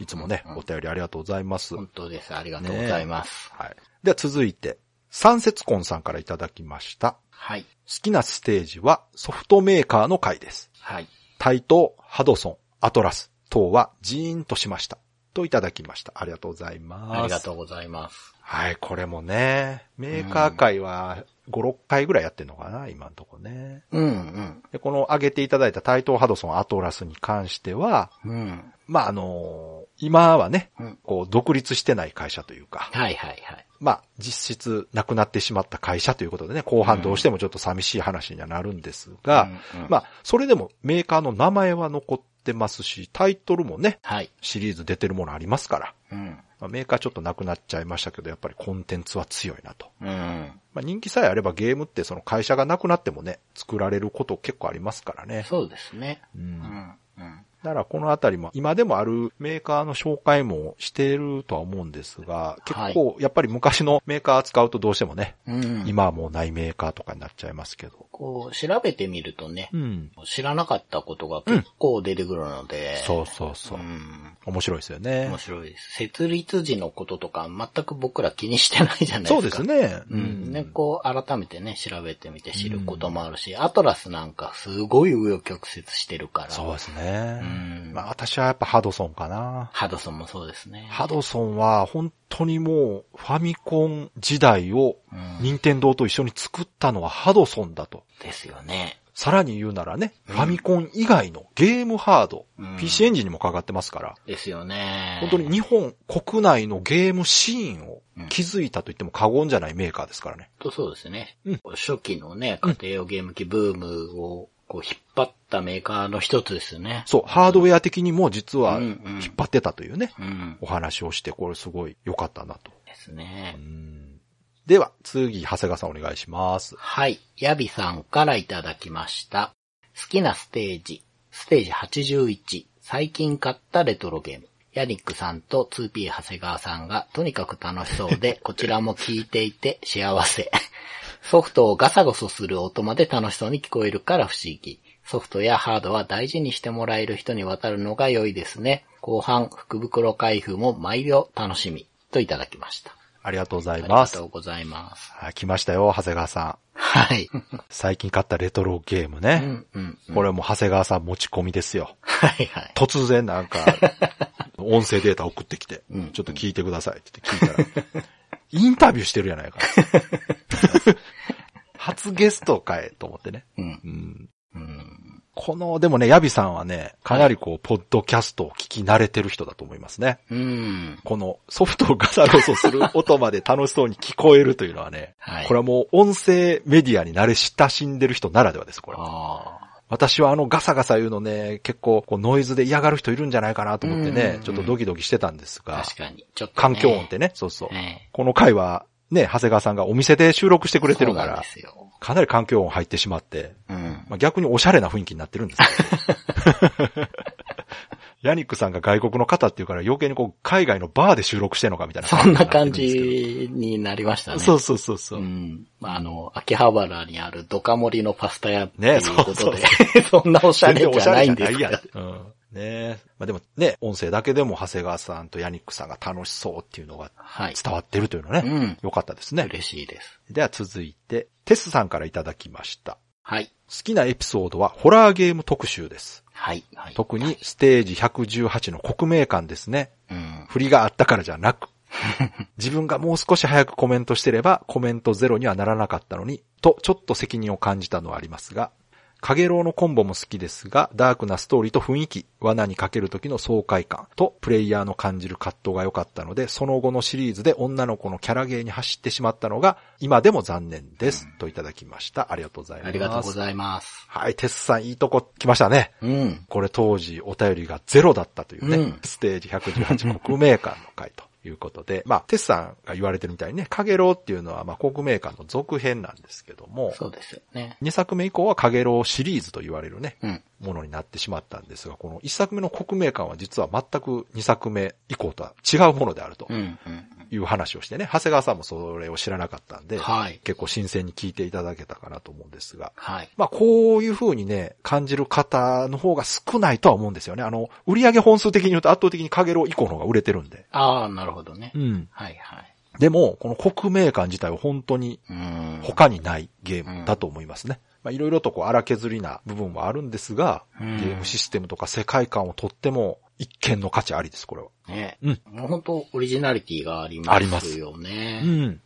S2: いつもね、お便りありがとうございます。
S3: 本当です。ありがとうございます。
S2: はい。では続いて、三節コンさんからいただきました。
S3: はい。
S2: 好きなステージはソフトメーカーの回です。
S3: はい。
S2: タイトー、ハドソン、アトラス等はジーンとしました。といただきました。ありがとうございます。
S3: ありがとうございます。
S2: はい、これもね、メーカー界は5、6回ぐらいやってんのかな、今のとこね。
S3: うん、
S2: で、この挙げていただいたタイトーハドソンアトラスに関しては、
S3: うん。うん。
S2: まあ、あの今はね、
S3: うん
S2: こう、独立してない会社というか、
S3: はいはいはい。
S2: まあ、実質なくなってしまった会社ということでね、後半どうしてもちょっと寂しい話にはなるんですが、
S3: うんうん
S2: まあ、それでもメーカーの名前は残ってますし、タイトルもね、
S3: はい。
S2: シリーズ出てるものありますから、
S3: うん。
S2: まあメーカーちょっとなくなっちゃいましたけど、やっぱりコンテンツは強いなと。
S3: うん。
S2: まあ、人気さえあればゲームってその会社がなくなってもね、作られること結構ありますからね。
S3: そうですね。
S2: う。
S3: うんん、うん。
S2: だからこのあたりも今でもあるメーカーの紹介もしてるとは思うんですが、結構やっぱり昔のメーカー扱うとどうしてもね、
S3: うん。
S2: 今はもうないメーカーとかになっちゃいますけど。
S3: こう、調べてみるとね
S2: う、ん。
S3: 知らなかったことが結構出てくるので。
S2: そうそうそう
S3: う。ん。
S2: 面白いですよね
S3: 面。白いです。設立時のこととか全く僕ら気にしてないじゃないですか。
S2: そうです。ね。
S3: うん。ね、こう、改めてね、調べてみて知ることもあるし、アトラスなんかすごい紆余曲折してるから。
S2: そうですね。
S3: うん
S2: まあ私はやっぱハドソンかな。
S3: ハドソンもそうですね。
S2: ハドソンは本当にもうファミコン時代を
S3: うん
S2: 任天堂と一緒に作ったのはハドソンだと。
S3: ですよね。
S2: さらに言うならね、ファミコン以外のゲームハード、
S3: うん
S2: PC エンジンにも関わってますから、
S3: ですよね。
S2: 本当に日本国内のゲームシーンを
S3: うん
S2: 築いたと言っても過言じゃないメーカーですからね。
S3: 本当そうですね。
S2: うん
S3: 初期のね、家庭用ゲーム機ブームをこう、引っ張ったメーカーの一つですよね。
S2: そう、ハードウェア的にも実は
S3: うん
S2: 引
S3: うん
S2: っ張ってたというね、
S3: うん。
S2: お話をして、これすごい良かったなと。
S3: ですね。
S2: うんでは、次、長谷川さんお願いします。
S3: はい。ヤビさんからいただきました。好きなステージ。ステージ81。最近買ったレトロゲーム。ヤニックさんと 2P 長谷川さんがとにかく楽しそうで、 (laughs) こちらも聞いていて幸せ。ソフトをガサゴソする音まで楽しそうに聞こえるから不思議。ソフトやハードは大事にしてもらえる人に渡るのが良いですね。後半、福袋開封も毎秒楽しみ。といただきました。
S2: ありがとうござ
S3: あ
S2: い
S3: り
S2: ま
S3: が
S2: す
S3: と。うございます。
S2: あ来ましたよ、長谷川さ
S3: はい。
S2: ん。最近買ったレトロゲーム
S3: (laughs) う
S2: ね。
S3: んうんうん
S2: これも長谷川さん持ち込みですよ。
S3: はいはい。
S2: 突然なんか、音声データ送ってきて
S3: (laughs) うん、
S2: ちょっと聞いてくださいって聞いたら、インタビューしてるやない
S3: (laughs)
S2: か。初ゲストかえと思ってね。
S3: うん。
S2: うん
S3: うん。
S2: この、でもね、ヤビさんはね、かなりこう、ポッドキャストを聞き慣れてる人だと思いますね。
S3: うん。
S2: このソフトをガサロソする音まで楽しそうに聞こえるというのはね、
S3: はい
S2: これはもう音声メディアに慣れ親しんでる人ならではです、これは。
S3: ああ。
S2: 私はあのガサガサ言うのね、結構こうノイズで嫌がる人いるんじゃないかなと思って
S3: うんうんう
S2: ね
S3: ん、
S2: ちょっとドキドキしてたんですが、
S3: 確かに。ちょっと、
S2: 環境音ってね、そうそう。
S3: ね。
S2: この回はね、長谷川さんがお店で収録してく
S3: く
S2: れてるか
S3: そうなん
S2: ら
S3: で、すよ。
S2: かなり環境音入ってしまって、
S3: うん。
S2: まあ、逆におしゃれな雰囲気になってるんですけど
S3: (laughs)
S2: ヤニックさんが外国の方っていうから余計にこう海外のバーで収録してんのかみたいな。
S3: そんな感。じになりましたね。
S2: そうそうそうそうう。
S3: ん。まあ、あの、秋葉原にあるドカ盛りのパスタ屋ってい
S2: ね
S3: うこと
S2: そう
S3: で、 (laughs) そんなおしゃれじゃないんで
S2: 全然おしゃれじ
S3: す
S2: ゃないやん
S3: か。
S2: うんねえ。まあ、でもね、音声だけでも長谷川さんとヤニックさんが楽しそうっていうのが
S3: はい。
S2: 伝わってるというのは
S3: う
S2: ね、
S3: ん。
S2: 良かったですね。
S3: 嬉しいです。
S2: では続いて、テスさんからいただきました。
S3: はい。
S2: 好きなエピソードはホラーゲーム特集です。
S3: はい。はい。
S2: 特にステージ118の国名感ですね。
S3: うん。
S2: 振りがあったからじゃな
S3: (laughs)
S2: く、自分がもう少し早くコメントしてればコメントゼロにはならなかったのに、とちょっと責任を感じたのはありますが、カゲロウのコンボも好きですが、ダークなストーリーと雰囲気、罠にかける時の爽快感とプレイヤーの感じる葛藤が良かったので、その後のシリーズで女の子のキャラゲーに走ってしまったのが、今でも残念です。といただきました。ありがとうございます。
S3: ありがとうご
S2: い
S3: ざいます。
S2: ます。はい、テスさんいいとこ来ましたね。
S3: うん。
S2: これ当時お便りがゼロだったというね、
S3: うん
S2: ステージ118国名館の回ということで、まあ、テスさんが言われてるみたいにね、カゲロウっていうのはまあ国名館の続編なんですけども、
S3: そうですよね。
S2: 2作目以降はカゲロウシリーズと言われるね、
S3: うん。
S2: ものになってしまったんですが、この1作目の国名館は実は全く2作目以降とは違うものであると
S3: うん。うん。
S2: いう話をしてね、長谷川さんもそれを知らなかったんで、
S3: はい。
S2: 結構新鮮に聞いていただけたかなと思うんですが、
S3: はい。
S2: まあ、こういう風にね、感じる方の方が少ないとは思うんですよね。あの、売上本数的に言うと圧倒的にカゲロウ以降の方が売れてるんで。
S3: ああ、なるほどね。
S2: ん。
S3: はいはい。
S2: でも、この国名感自体は本当に
S3: うん。
S2: 他にないゲームだと思いますね。まあ、いろいろとこう荒削りな部分はあるんですが、
S3: うん
S2: ゲームシステムとか世界観をとっても一見の価値ありです、これは。
S3: ね。
S2: うん
S3: もう本当オリジナリティがあり
S2: ありま
S3: ますすよね。
S2: ん。
S3: うん。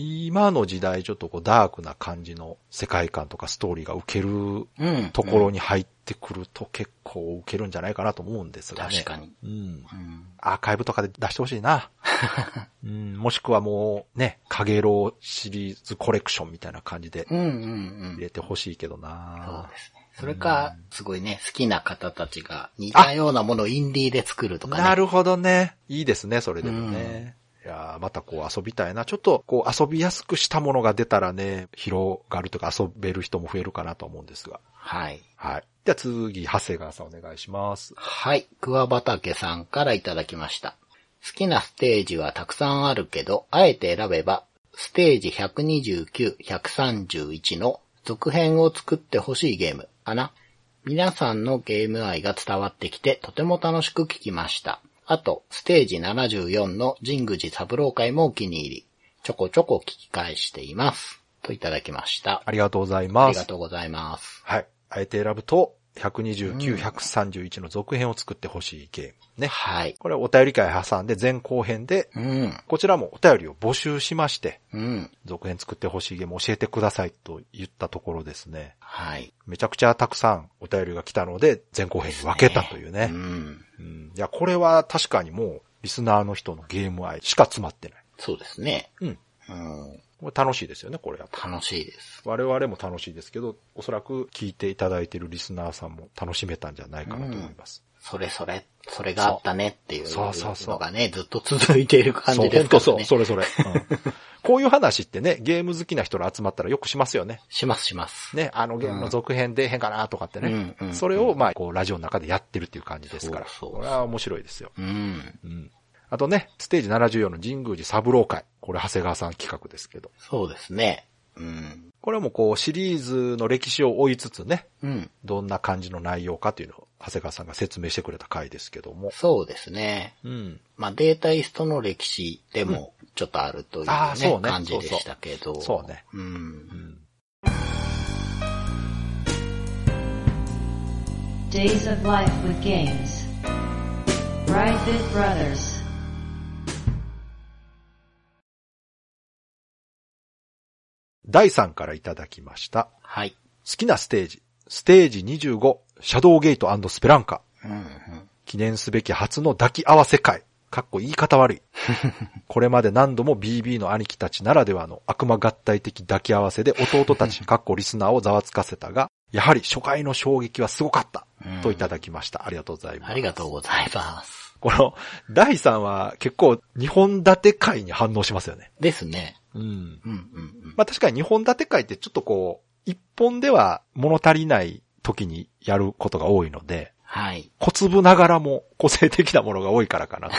S2: 今の時代ちょっとこうダークな感じの世界観とかストーリーが受ける
S3: うん。
S2: ところに入ってくると結構受けるんじゃないかなと思うんですがね。
S3: 確かに。
S2: うん。
S3: うん。
S2: アーカイブとかで出してほしい
S3: (laughs)
S2: な。うん、もしくはもうね、かげろうシリーズコレクションみたいな感じで
S3: うんうん
S2: 入
S3: うん。
S2: れてほしいけど
S3: そう
S2: な、
S3: ですね。それか、すごいね、好きな方たちが似たようなものをインディーで作るとかね。
S2: なるほどね。いいですね、それでもね。いやーまたこう遊びたいな。ちょっとこう遊びやすくしたものが出たらね、広がるとか遊べる人も増えるかなと思うんですが。
S3: はい。
S2: はい。では次、長谷川さんお願いします。
S3: はい。桑畑さんからいただきました。好きなステージはたくさんあるけど、あえて選べば、ステージ129、131の続編を作ってほしいゲームかな。皆さんのゲーム愛が伝わってきて、とても楽しく聞きました。あと、ステージ74の神宮寺三郎会もお気に入り、ちょこちょこ聞き返しています。といただきました。
S2: ありがとうござい
S3: あ
S2: ま
S3: り
S2: す
S3: が。とうございます。
S2: はい。あえて選ぶと、129、131の続編を作ってほしいゲームね。
S3: はい。
S2: これお便り会挟んで前後編で、
S3: うん。
S2: こちらもお便りを募集しまして、
S3: うん。
S2: 続編作ってほしいゲーム教えてくださいと言ったところですね。
S3: はい。
S2: めちゃくちゃたくさんお便りが来たので、前後編に分けたという
S3: う
S2: ね。
S3: ん。
S2: うんいや、これは確かにもう、リスナーの人のゲーム愛しか詰まってない。
S3: そうですね。
S2: うん。
S3: うん。
S2: これ楽しいですよね、これやっぱ。
S3: 楽しいです。
S2: 我々も楽しいですけど、おそらく聞いていただいているリスナーさんも楽しめたんじゃないかなと思います。
S3: それそれ、それがあったねっていう
S2: そうそうそう
S3: のがね、ずっと続いている感
S2: そう、
S3: じで
S2: 本
S3: す
S2: 当そ
S3: けど
S2: う、
S3: ね。
S2: それそれ、うんこういう話ってね、ゲーム好きな人ら集まったらよくしますよね。
S3: しますします。
S2: ね、あのゲームの続編出えへんかなとかってね。
S3: うんうん
S2: それを、まあ、こう、ラジオの中でやってるっていう感じですから。
S3: そうそう
S2: これは面白いですよ。
S3: うん。
S2: うん。あとね、ステージ74の神宮寺三郎会。これ、長谷川さん企画ですけど。
S3: そうですね。うん。
S2: これもこう、シリーズの歴史を追いつつね、
S3: うん。
S2: どんな感じの内容かというのを、長谷川さんが説明してくれた回ですけども。
S3: そうですね。
S2: うん。
S3: まあ、データイストの歴史でもちょっとあるというね、
S2: あーそうね
S3: 感じでしたけど。
S2: そうね。
S3: う。
S2: うんん。
S1: Days of Life with Games. Right Bit Brothers.
S2: 第3からいただきました。
S3: はい。
S2: 好きなステージ。ステージ25、シャドウゲートスペランカ。
S3: うんうん。
S2: 記念すべき初の抱き合わせ会。かっこ言い方
S3: (laughs)
S2: 悪い。これまで何度も BB の兄貴たちならではの悪魔合体的抱き合わせで弟たち、かっこリスナーをざわつかせたが、やはり初回の衝撃はすごかった
S3: うん。
S2: といただきました。ありがとうございます。
S3: ありがとうございます。
S2: この、第3は結構日本立て会に反応しますよね。
S3: ですね。
S2: うん。
S3: うんうん
S2: まあ確かに日本立て会ってちょっとこう、一本では物足りない時にやることが多いので、
S3: はい。
S2: 小粒ながらも個性的なものが多いからか
S3: (laughs)
S2: なと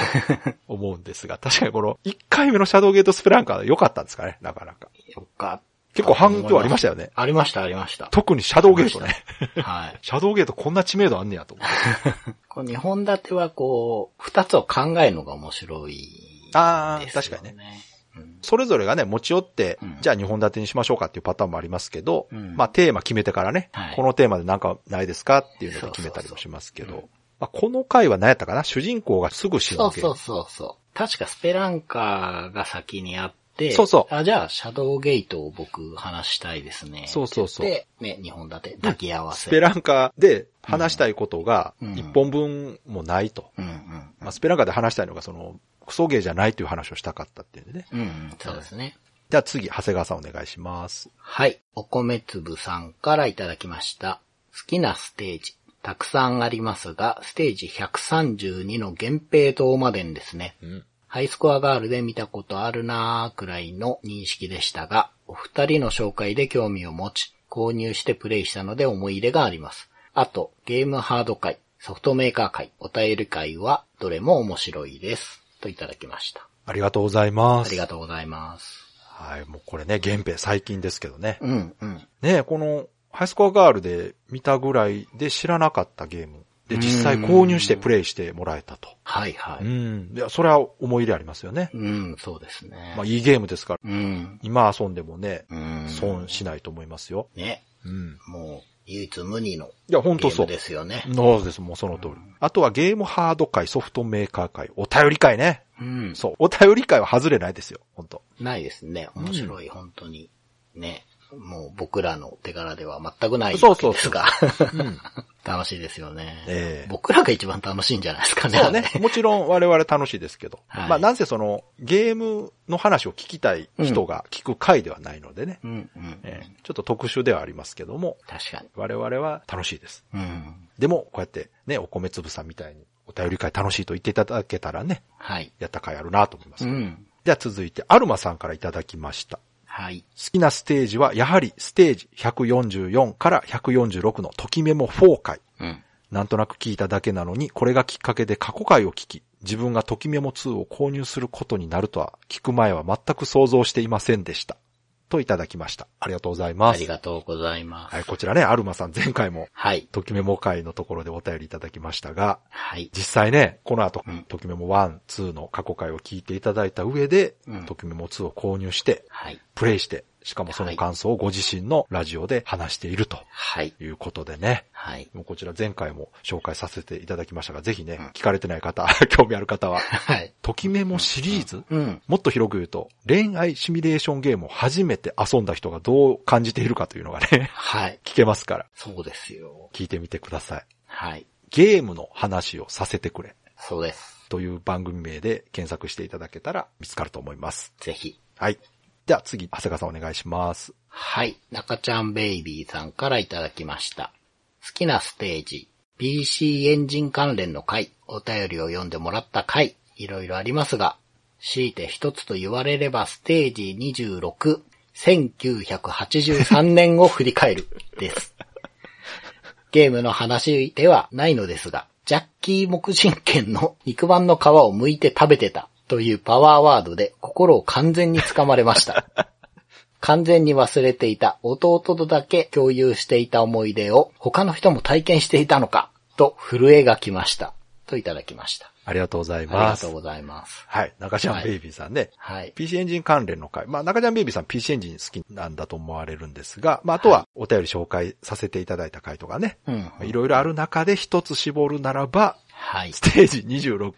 S2: 思うんですが、確かにこの1回目のシャドウゲートスプランカーは良かったんですかね、なかなか。
S3: よかった。
S2: 結構反響ありましたよね。
S3: ありました、ありました。
S2: 特にシャドウゲートね。
S3: はい。
S2: シャドウゲートこんな知名度あんねやと思って。
S3: (laughs) こう日本立てはこう、二つを考えるのが面白い、
S2: あー
S3: ですよ
S2: 確かに
S3: ね。うん
S2: それぞれがね、持ち寄って、
S3: うん
S2: じゃあ2本立てにしましょうかっていうパターンもありますけど、
S3: うん
S2: まあテーマ決めてからね、
S3: はい
S2: このテーマでなんかないですかっていうので決めたりもしますけど、まあ、この回は何やったかな主人公がすぐ死ぬ
S3: そ
S2: わ
S3: う
S2: け。
S3: そうそうそう。確かスペランカーが先にあって、
S2: そうそう
S3: あ、じゃあ、シャドウゲートを僕話したいですね。
S2: そうそうそう
S3: で、ね、日本立て、抱き合わ
S2: ス
S3: せ。
S2: ペランカーで話したいことが
S3: うん
S2: 1本分もないと。
S3: うんうん。
S2: まあ、スペランカーで話したいのが、その、クソゲーじゃないという話をしたかったっていうんでね。
S3: うんうん、そうですね。
S2: じゃあ次、長谷川さんお願いします。
S3: はい。お米粒さんからいただきました。好きなステージ。たくさんありますが、ステージ132の源平島までんですね。
S2: うん。
S3: ハイスコアガールで見たことあるなーくらいの認識でしたが、お二人の紹介で興味を持ち、購入してプレイしたので思い入れがあります。あと、ゲームハード会、ソフトメーカー会、お便り会はどれも面白いです。といただきました。
S2: ありがとうございま
S3: あ
S2: す。
S3: りがとうございます。
S2: はい、もうこれね、原平最近ですけどね。
S3: うん、うん。
S2: ねえこの、ハイスコアガールで見たぐらいで知らなかったゲーム。で、実際購入してプレイしてもらえたと。
S3: はい、は
S2: う
S3: い。
S2: ん。いや、それは思い入れありますよね。
S3: うん、そうですね。
S2: まあ、いいゲームですから、
S3: うん。
S2: 今遊んでもね、
S3: うん。
S2: 損しないと思いますよ。
S3: ね。
S2: うん。
S3: もう、唯一無二の
S2: いや、
S3: ゲ
S2: 本当
S3: ー
S2: そ
S3: ム
S2: う。
S3: ですよね。
S2: そうです、もうその通り。あとはゲームハード界、ソフトメーカー界、お便り会ね。
S3: うん。
S2: そう、お便り会は外れないですよ、本当
S3: ないですね。面白い、本当に。ね。もう僕らの手柄では全くない
S2: そう
S3: わ
S2: そう
S3: けですが。 (laughs)
S2: うん。
S3: 楽しいですよね、
S2: ええ
S3: 僕らが一番楽しいんじゃないですかね。
S2: そうね。もちろん我々楽しいですけど。
S3: はい
S2: まあ、なんせその、ゲームの話を聞きたい人が聞く会ではないのでね。
S3: あれうんうん。
S2: ええちょっと特殊ではありますけども、
S3: 確かに。
S2: 我々は楽しいです。
S3: うん。
S2: でも、こうやってね、お米粒さんみたいに、お便り会楽しいと言っていただけたらね、
S3: はい。
S2: やった会あるなと思います。
S3: うん。
S2: では続いて、アルマさんからいただきました。
S3: はい。
S2: 好きなステージはやはりステージ144から146のときメモ4回。
S3: うん。
S2: なんとなく聞いただけなのに、これがきっかけで過去回を聞き、自分がときメモ2を購入することになるとは、聞く前は全く想像していませんでした。といただきました。ありがとうございま
S3: あ
S2: す。
S3: りがとうございます。
S2: はい、こちらね、アルマさん前回も、
S3: はい。
S2: ときメモ回のところでお便りいただきましたが、
S3: はい。
S2: 実際ね、この後
S3: うん、
S2: ときメモ1、2の過去回を聞いていただいた上で
S3: うん、
S2: ときメモ2を購入して、
S3: はい。
S2: プレイして、しかもその感想をご自身のラジオで話していると
S3: はい。
S2: いうことでね。
S3: はい。
S2: もうこちら前回も紹介させていただきましたが、ぜひね
S3: うん、
S2: 聞かれてない方、 (laughs) 興味ある方は、
S3: はい。
S2: ときメモシリーズ
S3: うん。、
S2: もっと広く言うと、恋愛シミュレーションゲームを初めて遊んだ人がどう感じているかというのがね (laughs)
S3: はい。
S2: 聞けますから、
S3: そうですよ。
S2: 聞いてみてください。
S3: はい。
S2: ゲームの話をさせてくれ
S3: そうです。
S2: という番組名で検索していただけたら見つかると思います。
S3: ぜひ。
S2: はい。では次、長谷川さんお願いします。
S3: はい。中ちゃんベイビーさんからいただきました。好きなステージ、PC エンジン関連の回、お便りを読んでもらった回、いろいろありますが、強いて一つと言われればステージ26、1983年を振り返る、です。ゲームの話ではないのですが、ジャッキー木人犬の肉まんの皮を剥いて食べてたというパワーワードで心を完全につかまれました。完全に忘れていた弟とだけ共有していた思い出を他の人も体験していたのかと震えがきました。といただきました。
S2: ありがとうござい
S3: ありが
S2: ま
S3: と
S2: す
S3: う。ございます。
S2: はい。中ちゃんベイビーさんね。
S3: はい。
S2: PC エンジン関連の回。まあ、中ちゃんベイビーさん PC エンジン好きなんだと思われるんですが、まあ、あとはお便り紹介させていただいた回とかね。
S3: うん。
S2: いろいろある中で一つ絞るならば、
S3: はい
S2: ス。テージ26。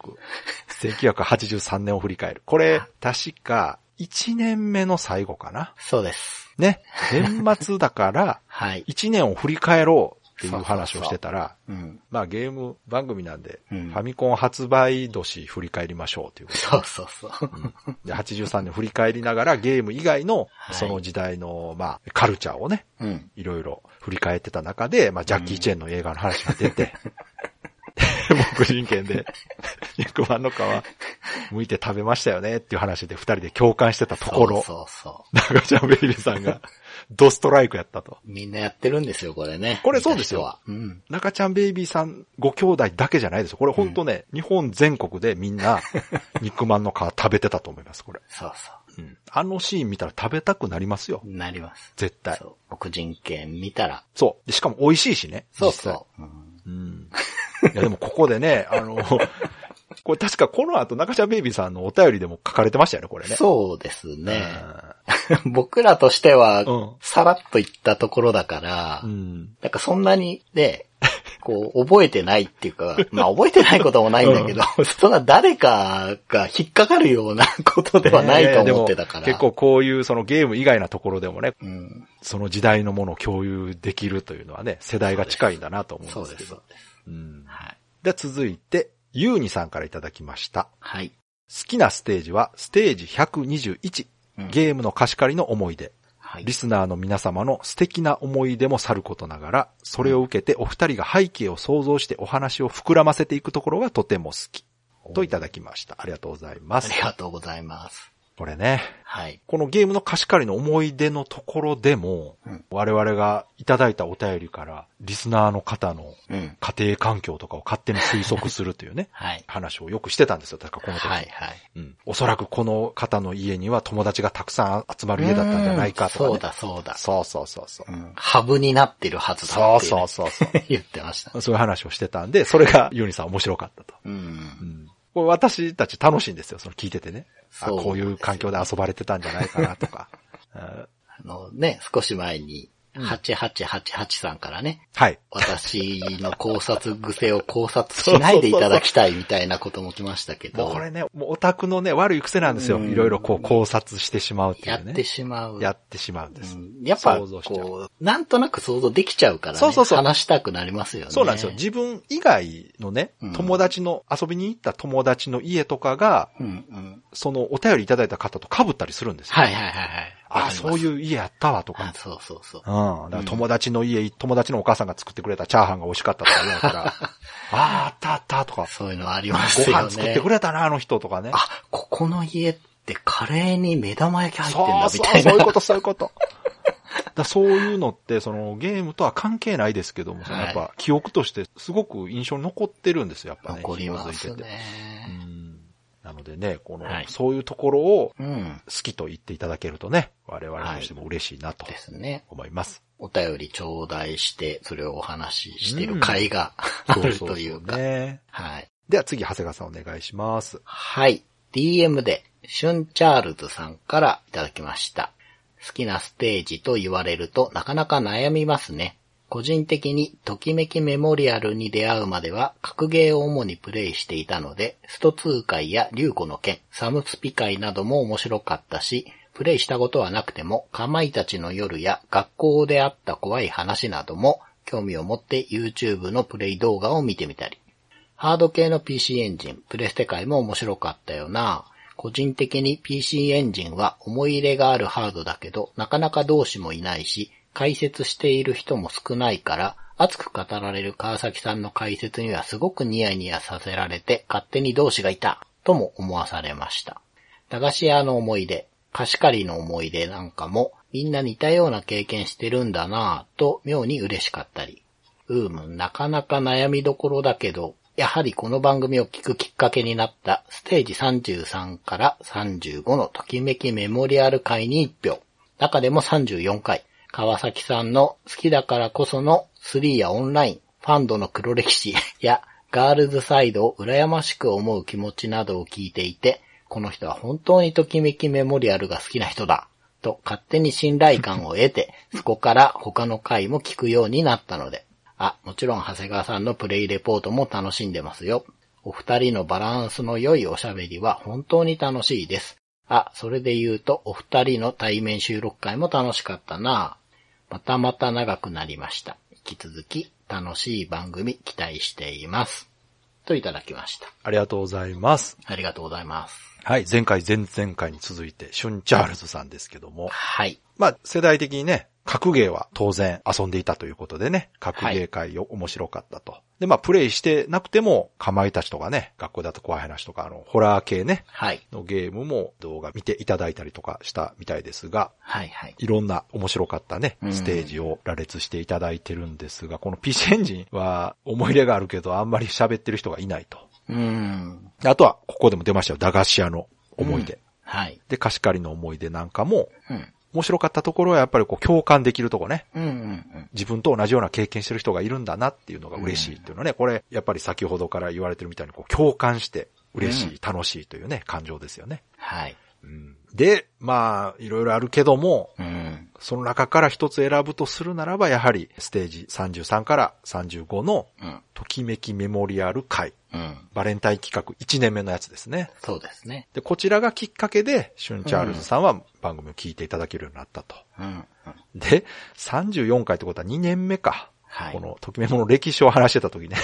S2: 1983年を振り返る。これ、確か、1年目の最後かな。
S3: そうです。
S2: ね。年末だ
S3: (laughs)
S2: から、
S3: はい。
S2: 1年を振り返ろうっていう話をしてたら、
S3: うん。
S2: まあゲーム番組なんで、
S3: うん
S2: ファミコン発売年振り返りましょうということ
S3: そうそうそう。
S2: で、83年振り返りながらゲーム以外の
S3: はい
S2: その時代の、まあ、カルチャーをね、
S3: うん。
S2: いろいろ振り返ってた中で、まあ、ジャッキー・チェーンの映画の話が出て、 (laughs) 僕人権で、肉まんの皮、剥いて食べましたよねっていう話で二人で共感してたところ、
S3: そうそうそ
S2: 長ちゃんベイビーさんが、ドストライクやったと。
S3: う。みんなやってるんですよ、これね。
S2: これそうですよ
S3: 見た人は。うん。
S2: 中ちゃんベイビーさんご兄弟だけじゃないですよ。これ本当ね、日本全国でみんな、肉まんの皮食べてたと思います、これ。
S3: そうそ
S2: うん。あのシーン見たら食べたくなりますよ
S3: う。。なります。
S2: 絶対。
S3: そう。黒人犬見たら。
S2: そう。でしかも美味しいしね。
S3: そう
S2: 実際
S3: そう。うん
S2: うん。いや、でもここでね、 (laughs) あの、これ確かこの後中ちゃんベイビーさんのお便りでも書かれてましたよね、これね。
S3: そうです
S2: う
S3: ね。
S2: ん
S3: 僕らとしては
S2: うん、
S3: さらっと言ったところだから、
S2: うん。
S3: なんかそんなにね、こう、覚えてないっていうか、 (laughs) まあ覚えてないこともないんだけど、そんな誰かが引っかかるようなことではないと思ってたから。
S2: いやいやでも結構こういうそのゲーム以外なところでもね、
S3: うん。
S2: その時代のものを共有できるというのはね、世代が近いんだなと思うん
S3: そう
S2: です
S3: で
S2: け
S3: す、
S2: ど。
S3: そうです。
S2: うん。
S3: はい。
S2: では続いて、ゆうにさんからいただきました。
S3: はい。
S2: 好きなステージはステージ121、
S3: うん
S2: ゲームの貸し借りの思い出。
S3: はい
S2: リ。スナーの皆様の素敵な思い出もさることながら、それを受けてお二人が背景を想像してお話を膨らませていくところがとても好き。といただきました。ありがとうございま
S3: あ
S2: す
S3: り。がとうございます。
S2: これね、
S3: はい。
S2: このゲームの貸し借りの思い出のところでも、
S3: うん
S2: 我々がいただいたお便りから、リスナーの方の
S3: うん。、
S2: 家庭環境とかを勝手に推測するというね
S3: (laughs) はい。
S2: 話をよくしてたんですよ。確かこの時。
S3: はい、はい。
S2: うん。おそらくこの方の家には友達がたくさん集まる家だったんじゃないかとか、ね。
S3: そうだ、そうだ。
S2: そうそうそうそう。
S3: うん。ハブになってるはずだ
S2: そ
S3: っ
S2: う
S3: て、
S2: そうそうそう。
S3: う。 (laughs) 言ってました。
S2: そういう話をしてたんで、それがユニさん面白かったと。
S3: う。
S2: うんん。これ私たち楽しいんですよ、その聞いててね。あ
S3: そう
S2: こういう環境で遊ばれてたんじゃないかなとか。 (laughs) うん
S3: あのね、少し前に、8888さんか
S2: (laughs)
S3: らね、
S2: はい。
S3: 私の考察癖を考察しないでいただきたいみたいなことも来ましたけ
S2: もう
S3: ど
S2: こ、れね、もうオタクのね、悪い癖なんですよ。
S3: うん
S2: いろいろこう考察してしまうってい
S3: や
S2: う
S3: って
S2: ね。
S3: しまう。
S2: やってしまうんです
S3: う。んやっぱ、
S2: 想像しちゃう
S3: こう、なんとなく想像できちゃうからね、
S2: そうそうそう
S3: 話したくなりますよね。
S2: そうなんですよ。自分以外のね
S3: うん、
S2: 友達の、遊びに行った友達の家とかが、
S3: うんうん。
S2: そのお便りいただいた方と被ったりするんですよ。
S3: はいはいはいはい。
S2: ああ、そう
S3: う。
S2: いう家やったわとか
S3: あ。そうそうそう
S2: う。ん。だから友達の家、友達のお母さんが作ってくれたチャーハンが美味しかったとか言われた
S3: (laughs)
S2: ら、ああ、あったあったとか、
S3: そういうのありますよ
S2: ご
S3: ね。
S2: 飯作ってくれたな、あの人とかね。
S3: あ、ここの家ってカレーに目玉焼き入ってんだみ
S2: そうそ
S3: た
S2: う、
S3: いな。
S2: そういうこと、そういうこと。 (laughs) だからそういうのって、そのゲームとは関係ないですけども、その
S3: はい
S2: やっぱ記憶としてすごく印象に残ってるんですよ、やっぱね。
S3: 残ります
S2: 紐づいててう
S3: ね。
S2: んなのでね、この、
S3: はい
S2: そういうところを
S3: うん。
S2: 好きと言っていただけるとね、我々としても嬉しいなと
S3: ですね。
S2: 思います。
S3: お便り頂戴して、それをお話ししてる回が (laughs) あ
S2: そ
S3: る
S2: そ
S3: と
S2: そ
S3: いうか。
S2: ね。
S3: はい。
S2: では次、長谷川さんお願いします。
S3: はい。DM で、シュンチャールズさんからいただきました。好きなステージと言われるとなかなか悩みますね。個人的に、ときめきメモリアルに出会うまでは、格ゲーを主にプレイしていたので、スト2会やリュウコの剣、サムスピ会なども面白かったし、プレイしたことはなくても、かまいたちの夜や学校であった怖い話なども、興味を持って YouTube のプレイ動画を見てみたり、ハード系の PC エンジン、プレステ界も面白かったよな。個人的に PC エンジンは思い入れがあるハードだけど、なかなか同志もいないし、解説している人も少ないから、熱く語られる川崎さんの解説にはすごくニヤニヤさせられて、勝手に同志がいた、とも思わされました。駄菓子屋の思い出、貸し借りの思い出なんかも、みんな似たような経験してるんだなぁと妙に嬉しかったり。うーむ、なかなか悩みどころだけど、やはりこの番組を聞くきっかけになったステージ33から35のときめきメモリアル会に1票。中でも34回、川崎さんの好きだからこその3やオンライン、ファンドの黒歴史 (laughs) やガールズサイドを羨ましく思う気持ちなどを聞いていて、この人は本当にときめきメモリアルが好きな人だ、と勝手に信頼感を得て、そこから他の回も聞くようになったので。あ、もちろん長谷川さんのプレイレポートも楽しんでますよ。お二人のバランスの良いおしゃべりは本当に楽しいです。あ、それで言うとお二人の対面収録会も楽しかったなまたまた長くなりました。引き続き楽しい番組期待しています。といただきました。
S2: ありがとうございます。
S3: ありがとうございます。
S2: はい。前回、前々回に続いて、シュン・チャールズさんですけども。
S3: はい。
S2: まあ、世代的にね、格ゲーは当然遊んでいたということでね、格ゲー界よ面白かったと。で、まあ、プレイしてなくても、かまいたちとかね、学校だと怖い話とか、あの、ホラー系ね、
S3: はい。
S2: のゲームも動画見ていただいたりとかしたみたいですが、
S3: はいはい。
S2: いろんな面白かったね
S3: う、ん
S2: ステージを羅列していただいてるんですが、この PC エンジンは思い入れがあるけど、あんまり喋ってる人がいないと。
S3: うーん。
S2: であとは、ここでも出ましたよ、駄菓子屋の思い出。
S3: うんはい。
S2: で、貸し借りの思い出なんかも、
S3: うん。
S2: 面白かったところはやっぱりこう共感できるとこね。
S3: うんうんうん。
S2: 自分と同じような経験してる人がいるんだなっていうのが嬉しいっていうのはね、これ、やっぱり先ほどから言われてるみたいにこう共感して嬉しい、楽しいというね、感情ですよね。
S3: はい。
S2: うんで、まあ、いろいろあるけども、
S3: うん。
S2: その中から一つ選ぶとするならば、やはりステージ33から35の
S3: うん。
S2: ときめきメモリアル会、
S3: うん。
S2: バレンタイン企画1年目のやつですね。
S3: そうですね。
S2: で、こちらがきっかけで、シュン・チャールズさんは番組を聞いていただけるようになったと。
S3: うん。うん
S2: で、34回ってことは2年目か。
S3: はい
S2: この、ときめもの歴史を話してた時ね。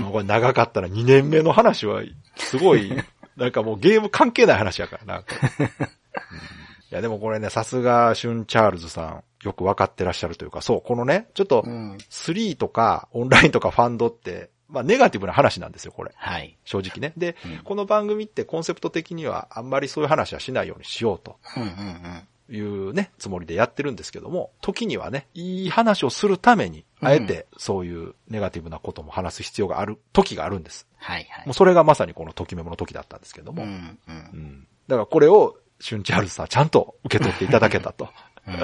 S2: うんこれ長かったら2年目の話は、すご
S3: (laughs)
S2: い、なんかもうゲーム関係ない話やからな。うんいや、でもこれね、さすが、シュン・チャールズさん、よくわかってらっしゃるというか、そう、このね、ちょっと
S3: う、ん。
S2: 3とか、オンラインとかファンドって、まあ、ネガティブな話なんですよ、これ。
S3: はい。
S2: 正直ね。で、
S3: うん
S2: この番組ってコンセプト的には、あんまりそういう話はしないようにしようと。
S3: うんうんうん。
S2: いうね、つもりでやってるんですけども、時にはね、いい話をするために、あえてそういうネガティブなことも話す必要がある時があるんです。
S3: はいはい。
S2: もうそれがまさにこのときメモの時だったんですけど
S3: う
S2: も。
S3: んう。
S2: うんんだからこれを、シュンチャールズさんはちゃんと受け取っていただけた
S3: (laughs)
S2: と。
S3: うん。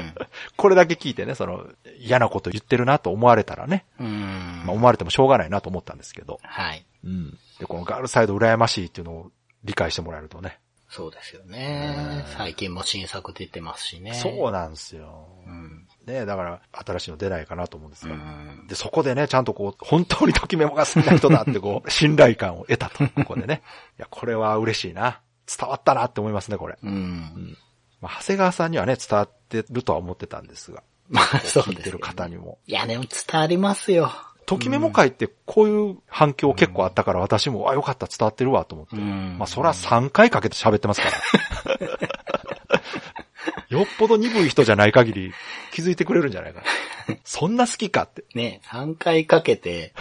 S2: これだけ聞いてね、その嫌なこと言ってるなと思われたらね、
S3: うん。
S2: まあ思われてもしょうがないなと思ったんですけど。
S3: はい。
S2: うん。で、このガールサイド羨ましいっていうのを理解してもらえるとね。
S3: そうですよね。最近も新作出てますしね。
S2: そうなんですよ。
S3: うん。
S2: ねだから新しいの出ないかなと思うんです
S3: う
S2: が。
S3: ん。
S2: で、そこでね、ちゃんとこう、本当にときメモが好きな人だってこ
S3: (laughs)
S2: う、信頼感を得たと、ここでね。いや、これは嬉しいな。伝わったなって思いますね、これ。
S3: うん。
S2: まあ、長谷川さんにはね、伝わってるとは思ってたんですが、
S3: まあ、そう
S2: 聞い
S3: です
S2: て
S3: よ
S2: る
S3: ね。
S2: 方にも。
S3: いや、でも伝わりますよ。
S2: ときメモ会ってこういう反響結構あったから、私も、あ、よかった、伝わってるわ、と思って。
S3: うん
S2: まあ、そら3回かけて喋ってます (laughs) から。よっぽど鈍い人じゃない限り気づいてくれるんじゃないかな。そんな好きかって。
S3: ね、3回かけて、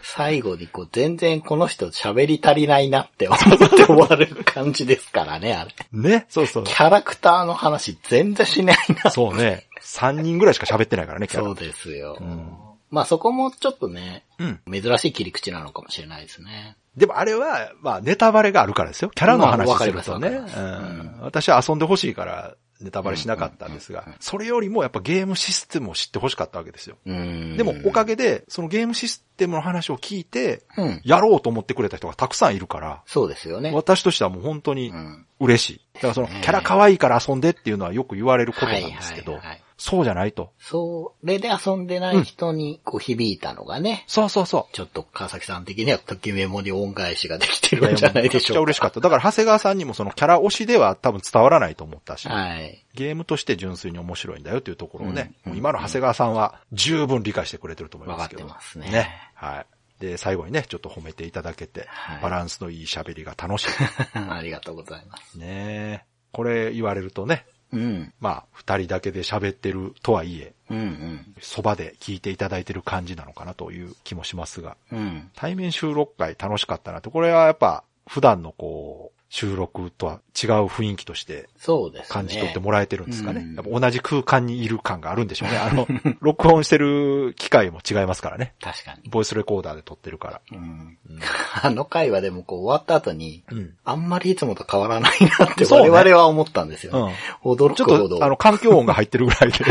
S3: 最後にこう、全然この人喋り足りないなって思って終わる感じですからね、あれ。
S2: ね、そうそう
S3: キ。ャラクターの話全然しないな。
S2: そうね。3人ぐらいしか喋ってないからね、キャラ
S3: そうですよ。
S2: ん
S3: まあそこもちょっとね、
S2: うん。
S3: 珍しい切り口なのかもしれないですね。
S2: でもあれは、まあ、ネタバレがあるからですよ。キャラの
S3: まあ
S2: 話
S3: わか
S2: す
S3: り
S2: る
S3: ます
S2: とね。
S3: わかります
S2: うん。私は遊んでほしいから、ネタバレしなかったんですが、それよりもやっぱゲームシステムを知ってほしかったわけですよ。
S3: うん。
S2: でも、おかげで、そのゲームシステムの話を聞いて、
S3: うん。
S2: やろうと思ってくれた人がたくさんいるから、
S3: そうですよね。
S2: 私としてはもう本当に
S3: うん。
S2: 嬉しい。だからその、キャラ可愛いから遊んでっていうのはよく言われることなんですけ
S3: は
S2: ど
S3: いはいはい、
S2: そうじゃないと。
S3: それで遊んでない人にこう響いたのがね、
S2: そうそうそう。
S3: ちょっと川崎さん的にはときメモに恩返しができて
S2: いや
S3: るんじゃないでしょ
S2: め
S3: うか。
S2: ちゃくちゃ嬉しかった。だから、長谷川さんにもそのキャラ推しでは多分伝わらないと思ったし。
S3: はい。 (laughs)
S2: ゲームとして純粋に面白いんだよというところをね、
S3: うん
S2: もう今の長谷川さんは十分理解してくれてると思い
S3: わ
S2: ま
S3: か
S2: す
S3: っ
S2: け
S3: て
S2: ど。
S3: ますね。
S2: はい。で、最後にね、ちょっと褒めていただけて、
S3: はい
S2: バランスのいい喋りが楽し
S3: ありがとうございます。
S2: い。ねこれ言われるとね、
S3: うん。
S2: まあ、二人だけで喋ってるとはいえ、
S3: うんうん。
S2: そばで聞いていただいてる感じなのかなという気もしますが、
S3: うん。
S2: 対面収録会楽しかったなと、これはやっぱ普段のこう、収録とは違う雰囲気として
S3: そうですね。
S2: 感じ取ってもらえてるんですかね。
S3: うん
S2: やっぱ同じ空間にいる感があるんでしょうね。あの、 (laughs) 録音してる機械も違いますからね。
S3: 確かに。
S2: ボイスレコーダーで撮ってるから。
S3: うん (laughs)
S2: うん
S3: あの回はでもこう終わった後に、
S2: うん。
S3: あんまりいつもと変わらないなって
S2: そう
S3: 我
S2: ね
S3: 々は思ったんですよ。
S2: うん。
S3: 驚
S2: ち
S3: くほ
S2: ょっ
S3: ど。
S2: と、あの、環境音が入ってるぐら
S3: (laughs)
S2: いで。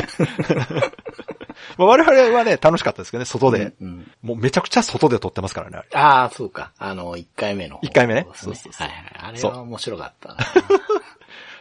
S2: まあ我々はね、楽しかったですけどね、外で。
S3: うんうん
S2: もうめちゃくちゃ外で撮ってますからね、あれ
S3: ああ、そうか。あの、1回目の方
S2: 一回目ね
S3: そうです
S2: そうそう
S3: ね。
S2: そう
S3: はいはい。あれ
S2: そう
S3: は面白かったな。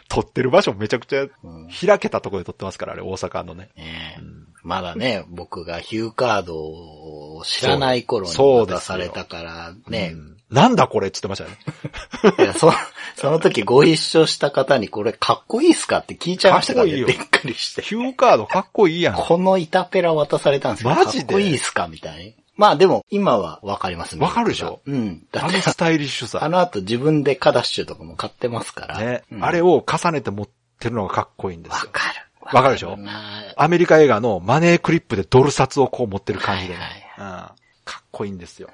S2: 撮ってる場所めちゃくちゃ
S3: うん
S2: 開けたところで撮ってますから、あれ、大阪のね。
S3: ねえ
S2: うん
S3: まだね、僕がヒューカードを知らない頃に
S2: そう
S3: 渡されたからね、
S2: うんなんだこれっつってました
S3: (laughs)
S2: よね。
S3: いやそその時ご一緒した方にこれかっこいいっすかって聞いちゃいましたから
S2: かっ
S3: ね。
S2: こい
S3: び
S2: い
S3: っ
S2: よ
S3: くりして。
S2: ヒューカードかっこいいやん。
S3: このイタペラ渡されたんですけど、
S2: マジで
S3: かっこいいっすかみたいな。まあでも、今はわかりますね。
S2: わかるでしょ
S3: うん。だ
S2: あ
S3: っ
S2: の
S3: て、
S2: スタイリッシュ
S3: あ
S2: さ。
S3: の後自分でカダッシュとかも買ってますから。
S2: ね
S3: う。ん
S2: あれを重ねて持ってるのがかっこいいんで
S3: わ
S2: すよ。
S3: かる。
S2: わかるでしょ
S3: な
S2: アメリカ映画のマネークリップでドル札をこう持ってる感じでね。
S3: はいはい
S2: うんかっこいいんですよ。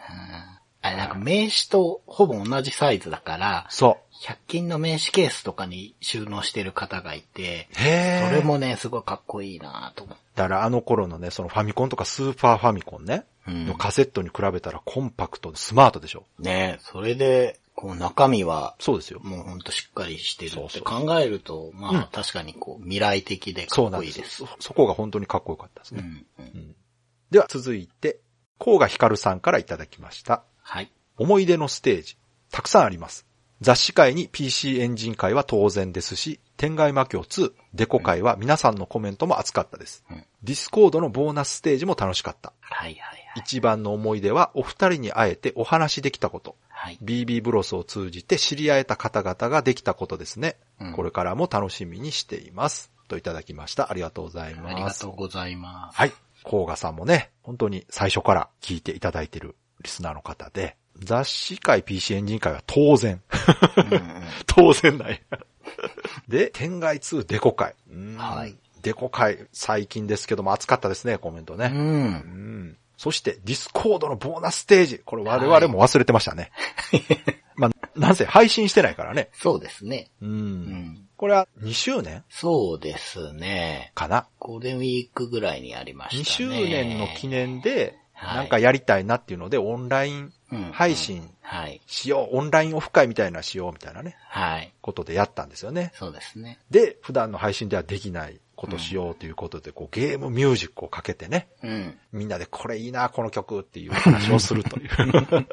S3: あれなんか名刺とほぼ同じサイズだから、
S2: そ
S3: 100均の名刺ケースとかに収納してる方がいて、
S2: う。へえ。
S3: それもね、すごいかっこいいなと思って。
S2: だからあの頃のね、そのファミコンとかスーパーファミコンね、
S3: うん
S2: のカセットに比べたらコンパクト、スマートでしょ。
S3: ねそれで、こう中身は、
S2: そうですよ。
S3: もうほんとしっかりしてる
S2: そう
S3: っ
S2: そ
S3: て
S2: う
S3: 考えると、まあ、確かにこう未来的でか
S2: そう
S3: っ
S2: なん
S3: こ
S2: で
S3: いい
S2: す
S3: です。
S2: そ。そこが本当にかっこよかったです
S3: う
S2: ね。
S3: んうん
S2: では続いて、甲賀光さんからいただきました。
S3: はい。
S2: 思い出のステージ、たくさんあります。雑誌界に PC エンジン界は当然ですし、天外魔境2、デコ界は皆さんのコメントも熱かったです。
S3: うん
S2: ディスコードのボーナスステージも楽しかった。
S3: はいはいはい。
S2: 一番の思い出はお二人に会えてお話しできたこと。
S3: はい。
S2: BB ブロスを通じて知り合えた方々ができたことですね。
S3: うん
S2: これからも楽しみにしています。といただきました。ありがとうございます。
S3: ありがとうございます。
S2: はい。甲賀さんもね、本当に最初から聞いていただいてるリスナーの方で、雑誌界 PC エンジン界は当然。 (laughs)
S3: うんうん
S2: 当然
S3: (laughs)
S2: ない。で、天外2デコ界。うん
S3: はい。
S2: デコ界、最近ですけども熱かったですね、コメントね。
S3: うん
S2: う。ん。そして、ディスコードのボーナスステージ。これ我々も忘れてましたね。 (laughs) まあ、なんせ配信してないからね。
S3: そうですね。
S2: う。
S3: うんん。
S2: これは2周年
S3: そうですね。
S2: かな。
S3: ゴールデンウィークぐらいにやりま
S2: 2
S3: した
S2: 周
S3: ね。
S2: 年の記念で、
S3: はい
S2: なんかやりたいなっていうので、オンライン
S3: 念
S2: 配。信
S3: はい。
S2: しよう、オンラインオフ会みたいなのしようみたいなね、
S3: はい。
S2: ことでやったんですよね。
S3: そうですね。
S2: で、普段の配信ではできないことしようということで、こうゲームミュージックをかけてね、
S3: うん。
S2: みんなでこれいいな、この曲っていう話をすると (laughs) いう。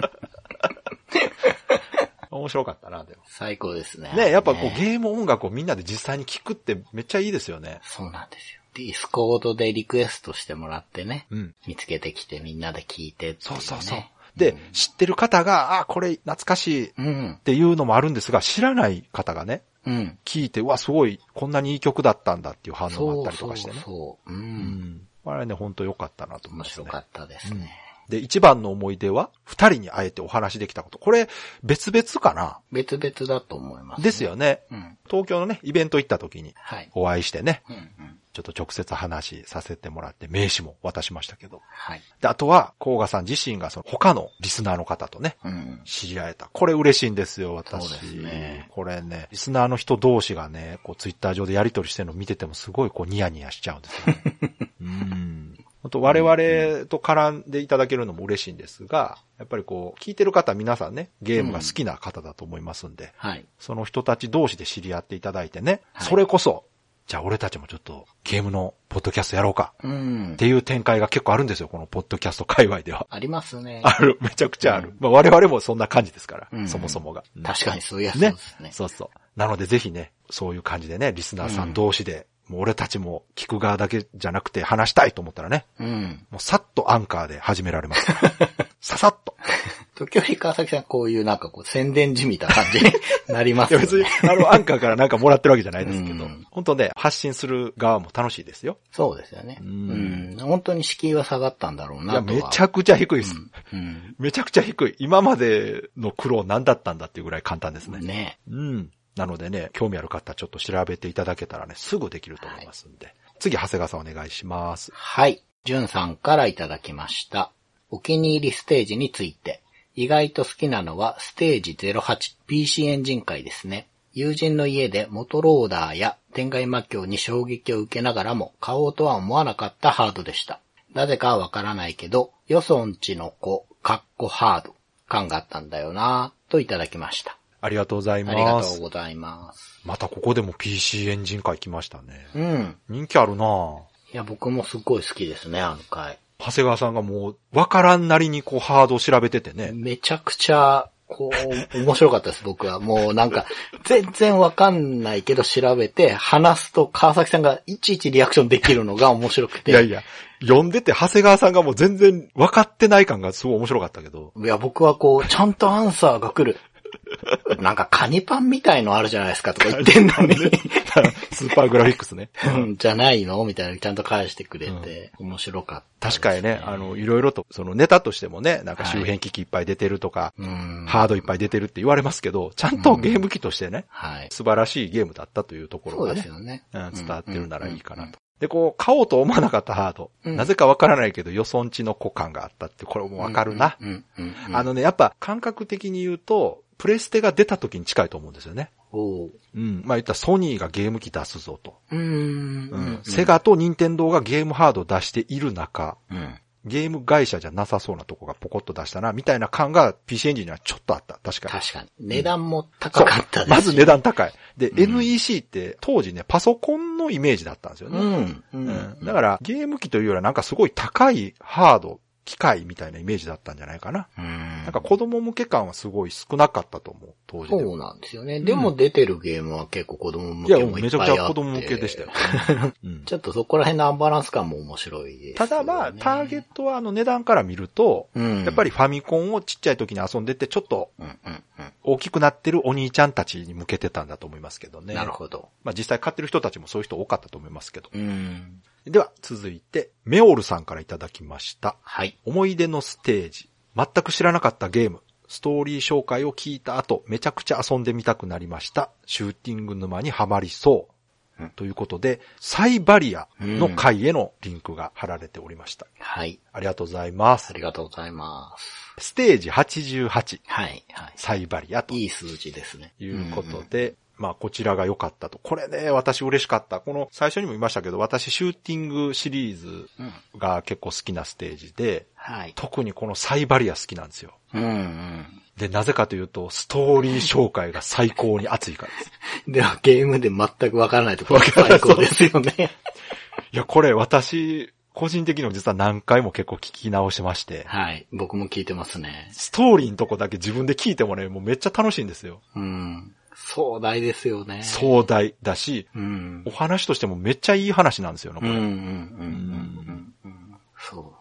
S2: 面白かったな、でも。
S3: 最高ですね。
S2: ね、やっぱこう
S3: ね
S2: ゲーム音楽をみんなで実際に聴くってめっちゃいいですよね。
S3: そうなんですよ。ディスコードでリクエストしてもらってね。
S2: うん。
S3: 見つけてきてみんなで聞いてってい
S2: そうそうそう
S3: ね。
S2: で、知ってる方が、あ、これ懐かしいっ
S3: うん。
S2: ていうのもあるんですが、知らない方がね、
S3: うん。
S2: 聞いて、うわ、すごい、こんなにいい曲だったんだっていう反応があった
S3: そう
S2: りと
S3: そ
S2: か
S3: う
S2: してね。
S3: そう。う。
S2: うんん。あれね、本当良かったなと思い
S3: 面
S2: ます
S3: 白
S2: ね。
S3: かったですね。
S2: で、一番の思い出は、二人に会えてお話できたこと。これ、別々かな
S3: 別々だと思います。
S2: です。よね。
S3: うん。
S2: 東京のね、イベント行った時に
S3: はい。
S2: お会いしてね、
S3: うんうん。
S2: ちょっと直接話させてもらって、名刺も渡しましたけど。
S3: はい。
S2: で、あとは、甲賀さん自身がその他のリスナーの方とね、
S3: うん。
S2: 知り合えた。これ嬉しいんですよ、私。
S3: そうですね
S2: これね、リスナーの人同士がね、こう、ツイッター上でやり取りしてるの見ててもすごいこう、ニヤニヤしちゃうんですよ、ね。
S3: (laughs)
S2: うん。本当我々と絡んでいただけるのも嬉しいんですが、やっぱりこう、聞いてる方皆さんね、ゲームが好きな方だと思いますんで、
S3: はい。
S2: その人たち同士で知り合っていただいてね、
S3: はい
S2: それこそ、じゃあ俺たちもちょっとゲームのポッドキャストやろうか
S3: うん
S2: っ。ていう展開が結構あるんですよ、このポッドキャスト界隈では。
S3: ありますね。
S2: ある、めちゃくちゃある。
S3: うん
S2: まあ我々もそんな感じですから、
S3: うん
S2: そもそもが。
S3: 確かにそういうやつで
S2: ね
S3: すね。
S2: そうそう。なのでぜひね、そういう感じでね、リスナーさ
S3: うん
S2: ん同士で、もう俺たちも聞く側だけじゃなくて話したいと思ったらね、
S3: うん。
S2: (laughs) もうさっとアンカーで始められます。ささっと。
S3: 時折川崎さんこういうなんかこう宣伝じみた感
S2: (laughs)
S3: じになりま
S2: い
S3: す
S2: や
S3: よ
S2: 別に
S3: ね。、
S2: あの、アンカーからなんかもらってるわけじゃないですけど
S3: うん、
S2: 本当ね、発信する側も楽しいですよ。
S3: そうですよね。
S2: う
S3: うんん。本当に敷居は下がったんだろう
S2: い
S3: なと
S2: や、
S3: は。
S2: めちゃくちゃ低いです。
S3: うん。
S2: めちゃくちゃ低い。今までの苦労何だったんだっていうぐらい簡単です
S3: うん
S2: ね。
S3: ね
S2: うん。なのでね、興味ある方ちょっと調べていただけたらね、すぐできると思いますんで。次、長谷川さんお願いします。
S3: はい。じゅんさんからいただきました。お気に入りステージについて。意外と好きなのはステージ 08PC エンジン会ですね。友人の家で元ローダーや天外魔境に衝撃を受けながらも買おうとは思わなかったハードでした。なぜかはわからないけど、よそんちの子、かっこハード感があったんだよなぁといただきました。
S2: ありがとうござい
S3: ありが
S2: ま
S3: とう
S2: す。
S3: ございます。
S2: またここでも PC エンジン会来ましたね。
S3: うん。
S2: 人気あるなぁ
S3: いや、僕もすごい好きですね、あの回。
S2: 長谷川さんがもう、わからんなりにこう、ハードを調べててね。
S3: めちゃくちゃ、こう、面白かったです、僕は。もうなんか、全然わかんないけど調べて、話すと川崎さんがいちいちリアクションできるのが面白く
S2: い
S3: て。
S2: やいや、読んでて、長谷川さんがもう全然分かってない感がすごい面白かったけど。
S3: いや、僕はこう、ちゃんとアンサーが来る。なんかカニパンみたいのあるじゃないですかとか言ってんのに。
S2: (laughs) スーパーグラフィックスね。
S3: うんじゃないのみたいな、ちゃんと返してくれて、面白かったです。
S2: 確かにね、あの、いろいろと、そのネタとしてもね、なんか周辺機器いっぱい出てるとか、
S3: うん。
S2: ハードいっぱい出てるって言われますけど、ちゃんとゲーム機としてね、
S3: はい。
S2: 素晴らしいゲームだったというところ
S3: そ
S2: が
S3: うで
S2: ね
S3: す、よね。
S2: うん伝わってるならいいかな
S3: うん
S2: と。で、こう、買おうと思わなかったハード。
S3: うん
S2: なぜかわからないけど、予想値の股間があったって、これもわかるな。
S3: うんうんうん。
S2: あのね、やっぱ感覚的に言うと、プレステが出た時に近いと思うんですよね。
S3: おう、
S2: うん。まあ言ったらソニーがゲーム機出すぞと。
S3: うーん。うん。
S2: セガとニンテンドーがゲームハードを出している中、
S3: うん。
S2: ゲーム会社じゃなさそうなとこがポコッと出したな、みたいな感が PC エンジンにはちょっとあった。確かに。
S3: 確かに。値段も
S2: そ
S3: 高
S2: う
S3: かったです。
S2: まず値。段高い。で、
S3: うん
S2: NEC って当時ね、パソコンのイメージだったんですよ
S3: う
S2: ね。
S3: ん。う
S2: うん
S3: ん。
S2: だから、ゲーム機というよりはなんかすごい高いハード、機械みたいなイメージだったんじゃないかな。
S3: うん
S2: なんか子供向け感はすごい少なかったと思う、当時で
S3: そ
S2: も。
S3: うなんですよね。でも出てるゲームは結構子供向
S2: いや、
S3: け
S2: もう
S3: もい
S2: め
S3: っ
S2: ちゃ
S3: ぱ
S2: く
S3: いあって。
S2: ちゃ子供向けでしたよ。うん
S3: ちょっとそこら辺のアンバランス感も面白いですよね。
S2: ただまあ、ターゲットはあの値段から見ると、
S3: うん
S2: やっぱりファミコンをちっちゃい時に遊んでて、ちょっと
S3: うんうんう
S2: 大きくなってるお兄ちゃんたちに向けてたんだと思いますけどね。
S3: ん。なるほど。
S2: まあ実際買ってる人たちもそういう人多かったと思いますけど。
S3: うん。
S2: では続いて、メオルさんからいただきました。
S3: はい。
S2: 思い出のステージ。全く知らなかったゲーム。ストーリー紹介を聞いた後、めちゃくちゃ遊んでみたくなりました。シューティング沼にはまりそう。
S3: うん
S2: ということで、サイバリアの回へのリンクが貼られておりました。
S3: はい。
S2: ありがとうございます
S3: あ。りがとうございます。
S2: ステージ88、
S3: はい。はい。
S2: サイバリアと
S3: い
S2: い
S3: い数字ですね。
S2: うこと
S3: ん
S2: で、まあこちらが良かったと。これね、私嬉しかった。この最初にも言いましたけど、私シューティングシリーズ
S3: うん。うん
S2: が結構好きなステージで、
S3: はい。
S2: 特にこのサイバリア好きなんですよ。
S3: うんうん。
S2: で、なぜかというと、ストーリー紹介が最高に熱いからです。
S3: ではゲームで全くわからないところが最高ですよね。
S2: いや、これ私、個人的にも実は何回も結構聞き直しまして、
S3: はい。僕も聞いてますね。
S2: ストーリーのとこだけ自分で聞いてもね、もうめっちゃ楽しいんですよ。
S3: うん。壮大ですよね。
S2: 壮大だし、
S3: う。うん
S2: お。話としてもめっちゃいい話なんですよね、こ
S3: うん
S2: れ
S3: うんうんうんうん。そうなん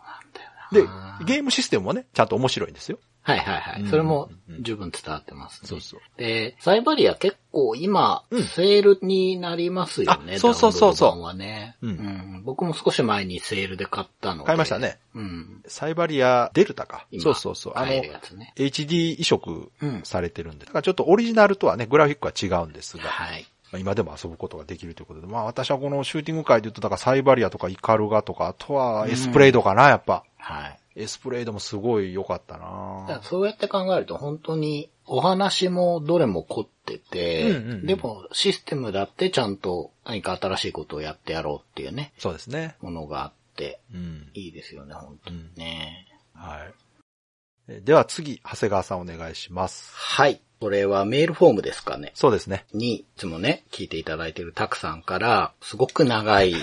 S3: だよな。
S2: で、ゲームシステムもね、ちゃんと面白いんですよ。
S3: はいはいはい。それも十分伝わってます、ね
S2: そうそう。
S3: で、サイバリア結構今、
S2: うん
S3: セールになりますよね。
S2: あそうそうそうそう
S3: ダウンロード版はね、
S2: うん
S3: うん僕も少し前にセールで買ったので。
S2: 買いましたね。
S3: うん。
S2: サイバリアデルタか。
S3: 今
S2: そうそうそう。あの
S3: 買え、るやつね。
S2: HD 移植
S3: うん
S2: されてるんで。だからちょっとオリジナルとはね、グラフィックは違うんですが、
S3: はい。
S2: まあ今でも遊ぶことができるということで、まあ私はこのシューティング界で言うと、だからサイバリアとかイカルガとか、あとはエスプレイドかな、やっぱ。
S3: はい。
S2: エスプレイドもすごい良かった
S3: だか
S2: な
S3: らそうやって考えると本当にお話もどれも凝ってて、
S2: うんうんうん
S3: でもシステムだってちゃんと何か新しいことをやってやろうっていうね、
S2: そうですね。
S3: ものがあって、
S2: うん。
S3: いいですよね、本当にね。
S2: はい。えでは次、長谷川さんお願いします。
S3: はい。これはメールフォームですかね。
S2: そうですね。 (laughs)
S3: に、いつもね、聞いていただいているたくさんから、すごく長い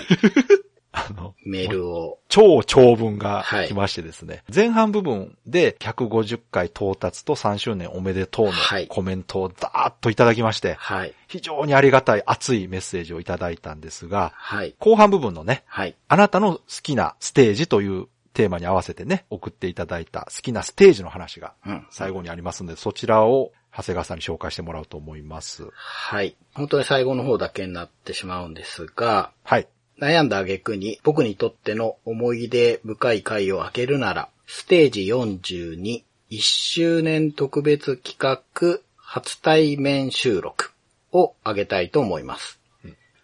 S2: あの、
S3: メール
S2: (laughs)
S3: を、
S2: 超長文が来ましてですね、前半部分で150回到達と3周年おめでとうの
S3: はい
S2: コメントをダーッといただきまして、
S3: はい、
S2: 非常にありがたい熱いメッセージをいただいたんですが、
S3: はい、
S2: 後半部分のね、
S3: はい、
S2: あなたの好きなステージというテーマに合わせてね、送っていただいた好きなステージの話が
S3: うん。
S2: 最後にありますので、そちらを長谷川さんに紹介してもらおうと思います。
S3: はい。本当に最後の方だけになってしまうんですが、
S2: はい。
S3: 悩んだ挙句に僕にとっての思い出深い回を開けるなら、ステージ42、1周年特別企画初対面収録を上げたいと思います。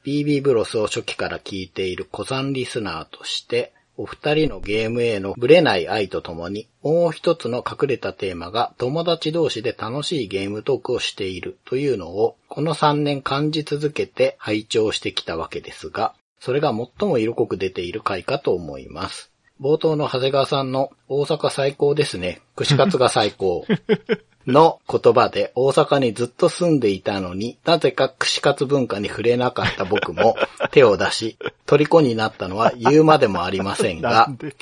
S3: BB ブロスを初期から聞いている古参リスナーとして、お二人のゲームへのブレない愛とともに、もう一つの隠れたテーマが友達同士で楽しいゲームトークをしているというのを、この3年感じ続けて拝聴してきたわけですが、それが最も色濃く出ている回かと思います。冒頭の長谷川さんの大阪最高ですね。串カツが最高。の言葉で大阪にずっと住んでいたのに、なぜか串カツ文化に触れなかった僕も手を出し、虜になったのは言うまでもありませんが、
S2: で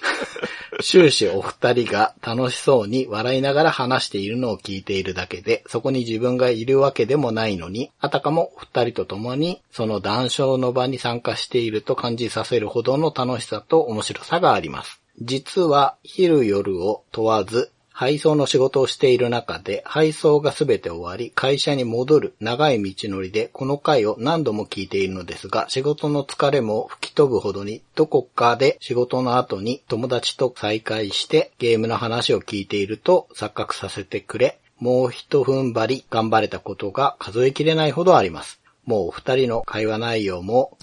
S3: 終始お二人が楽しそうに笑いながら話しているのを聞いているだけで、そこに自分がいるわけでもないのに、あたかもお二人と共にその談笑の場に参加していると感じさせるほどの楽しさと面白さがあります。実は昼夜を問わず、配送の仕事をしている中で、配送がすべて終わり、会社に戻る長い道のりで、この回を何度も聞いているのですが、仕事の疲れも吹き飛ぶほどに、どこかで仕事の後に友達と再会して、ゲームの話を聞いていると錯覚させてくれ、もう一踏ん張り頑張れたことが数えきれないほどあります。もうお二人の会話内容も、 (laughs)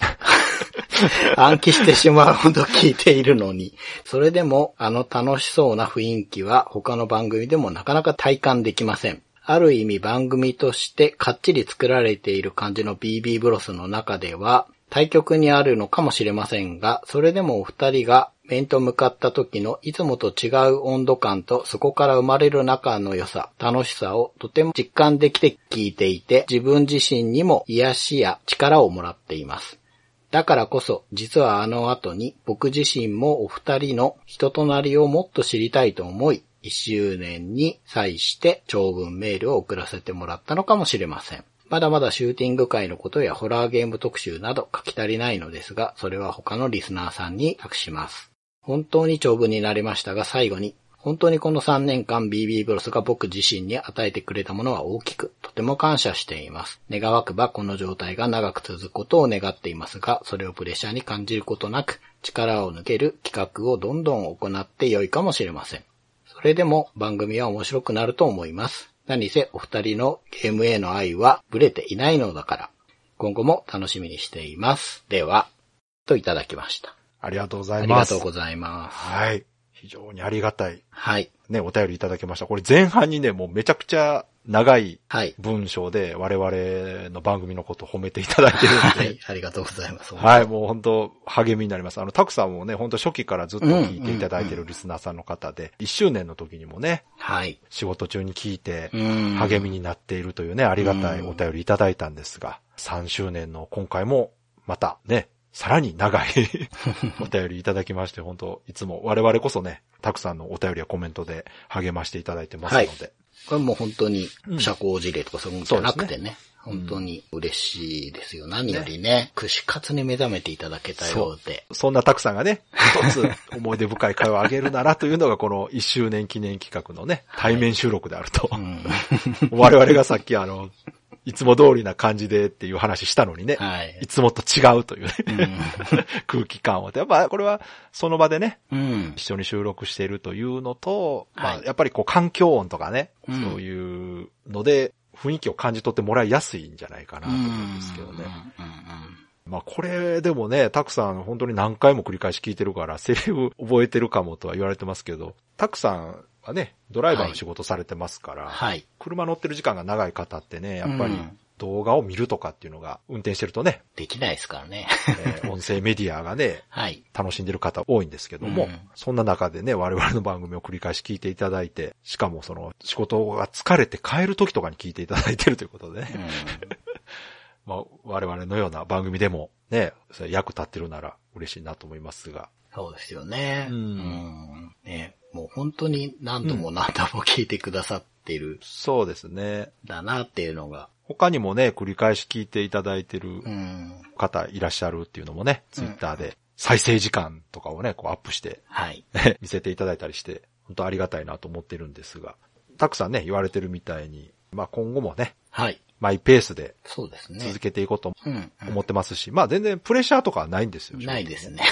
S3: 暗記してしまうほど聞いているのに、それでもあの楽しそうな雰囲気は他の番組でもなかなか体感できません。ある意味番組としてかっちり作られている感じの BB ブロスの中では、対局にあるのかもしれませんが、それでもお二人が面と向かった時のいつもと違う温度感とそこから生まれる仲の良さ、楽しさをとても実感できて聞いていて、自分自身にも癒しや力をもらっています。だからこそ、実はあの後に僕自身もお二人の人となりをもっと知りたいと思い、一周年に際して長文メールを送らせてもらったのかもしれません。まだまだシューティング界のことやホラーゲーム特集など書き足りないのですが、それは他のリスナーさんに託します。本当に長文になりましたが最後に、本当にこの3年間 BB ブロスが僕自身に与えてくれたものは大きく、とても感謝しています。願わくばこの状態が長く続くことを願っていますが、それをプレッシャーに感じることなく、力を抜ける企画をどんどん行って良いかもしれません。それでも番組は面白くなると思います。何せお二人のゲームへの愛はブレていないのだから、今後も楽しみにしています。では、といただきました。
S2: ありがとうご
S3: あ
S2: ざい
S3: り
S2: ま
S3: が
S2: す。
S3: とうございます。
S2: はい。非常にありがたい。
S3: はい。
S2: ね、お便りいただきました。これ前半にね、もうめちゃくちゃ長い
S3: はい。
S2: 文章で我々の番組のことを褒めていただいてるんで。
S3: は
S2: はいい。、
S3: ありがとうございます。
S2: もう本当励みになります。あの、タクさんもね、本当初期からずっと聞いていただいてるリスナーさんの方で、1周年の時にもね、
S3: はい。
S2: 仕事中に聞いて、
S3: ん
S2: 励
S3: み。
S2: みになっているというね、ありがたい
S3: うん
S2: お便りいただいたんですが、3周年の今回も、またね、さらに長
S3: (laughs)
S2: いお便りいただきまして、本当いつも我々こそね、たくさんのお便りやコメントで励ましていただいてますので、
S3: これもう本当に
S2: うん、
S3: 社交辞令とかそういうんじゃなくてね。本当に嬉しいですよ。何よりね、串カツに目覚めていただけたようで。
S2: そんなたくさんがね、一つ思い出深い会話をあげるならというのがこの1周年記念企画の
S3: (laughs)
S2: ね、対面収録であると。
S3: うん。
S2: 我々がさっきあの、いつも通りな感じでっていう話したのにね、
S3: はい
S2: いつもと違うというね、空気感を。やっぱこれはその場でね、
S3: うん
S2: 一。緒に収録しているというのと、ま
S3: は
S2: あ
S3: い
S2: やっぱりこう環境音とかね、
S3: うん
S2: そういうので雰囲気を感じ取ってもらいやすいんじゃないかな
S3: う
S2: と
S3: ん。
S2: 思うんですけどね。
S3: うんうん
S2: まあこれでもね、たくさん本当に何回も繰り返し聞いてるから、セリフ覚えてるかもとは言われてますけど、たくさんはね、ドライバーの仕事されてますから、
S3: はい。
S2: 車乗ってる時間が長い方ってね、やっぱ
S3: う
S2: り
S3: ん
S2: 動画を見るとかっていうのが、運転してると
S3: (laughs)
S2: ね、
S3: できないですからね。 (laughs)
S2: えー音声メディアがね、
S3: はい。
S2: 楽しんでる方多いんですけども、
S3: うん
S2: そんな中でね、我々の番組を繰り返し聞いていただいて、しかもその仕事が疲れて帰る時とかに聞いていただいてるということでね、
S3: うん
S2: まあ我々のような番組でもね、それ役立ってるなら嬉しいなと思いますが、
S3: そうですよね。
S2: うん
S3: んね、もう本当に何度も何度も聞いてくださってる
S2: そうですね。
S3: んだなっていうのが。
S2: 他にもね、繰り返し聞いていただいてる
S3: うん。
S2: 方いらっしゃるっていうのもね、ツイッターで再生時間とかをね、こうアップして
S3: はい。
S2: (laughs) 見せていただいたりして、本当ありがたいなと思ってるんですが、たくさんね、言われてるみたいに、まあ今後もね、
S3: はい。
S2: マイペースで
S3: そうですね。
S2: 続けていこうと
S3: うん、うん
S2: 思ってますし、まあ全然プレッシャーとかはないんですよ。
S3: ないですね。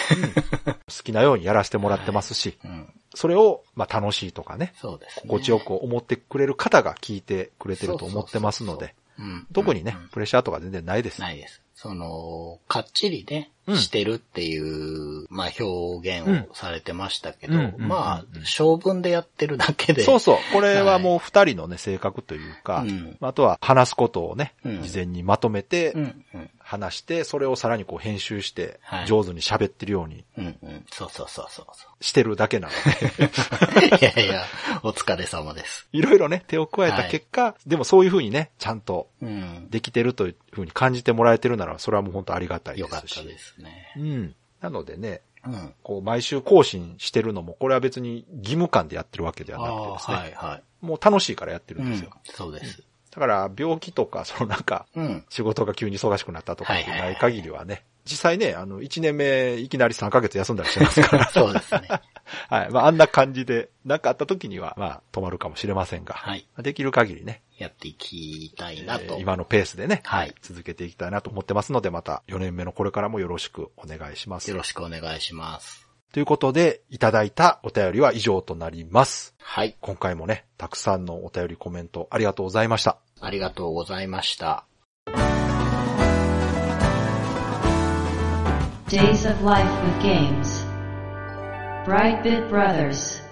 S2: 好きなようにやらせてもらってますし、
S3: うん。
S2: それを、まあ楽しいとかね、
S3: そうですね。
S2: 心地よく思ってくれる方が聞いてくれてると思ってますので、
S3: うん。
S2: 特にね
S3: うん、
S2: プレッシャーとか全然ないです。
S3: ないです。その、かっちりね、
S2: うん
S3: してるっていう、まあ表現をされてましたけど、
S2: うんうんうん
S3: まあ、性分でやってるだけで、
S2: そうそう。これはもう二人のね、性格というか、
S3: うん
S2: あとは話すことをね、
S3: うん
S2: 事前にまとめて
S3: う、ん、うん、
S2: 話して、それをさらにこう編集して
S3: は、い
S2: 上手に喋ってるように
S3: うん、うん、そうそうそうそうそ
S2: してるだけ
S3: (laughs)
S2: なので、 (laughs)
S3: う。いやいや、お疲れ様です。
S2: いろいろね、手を加えた結果、でもそういうふうにね、ちゃんと
S3: うん。
S2: できてるというふうに感じてもらえてるなら、それはもう本当ありがたいで
S3: よかっ
S2: す
S3: た
S2: し。
S3: ですね。
S2: うん。なのでね、
S3: うん。
S2: こう、毎週更新してるのも、これは別に義務感でやってるわけでは
S3: あ
S2: なくて
S3: あ
S2: ですね、
S3: ー、はい、はい。
S2: もう楽しいからやってる
S3: うん
S2: です
S3: ん
S2: よ。、
S3: そうです。
S2: だから、病気とか、そのなんか、
S3: うん。
S2: 仕事が急に忙しくなったとかって
S3: はいはい
S2: な
S3: はい
S2: い限りはね、実際ね、あの、1年目、いきなり3ヶ月休んだりしてますから、
S3: (laughs) そうですね。
S2: はい。まあ、あんな感じで、なんかあった時には、まあ、止まるかもしれませんが、
S3: はい。
S2: できる限りね、
S3: やっていきたいな
S2: え
S3: と。
S2: ー今のペースでね、
S3: はい。
S2: 続けていきたいなと思ってますので、また4年目のこれからもよろしくお願いします
S3: よ。ろしくお願いします。
S2: ということで、いただいたお便りは以上となります。
S3: はい。
S2: 今回もね、たくさんのお便りコメントありがとうございました。
S3: ありがとうございました。
S1: Days of Life with Games. Brightbit Brothers.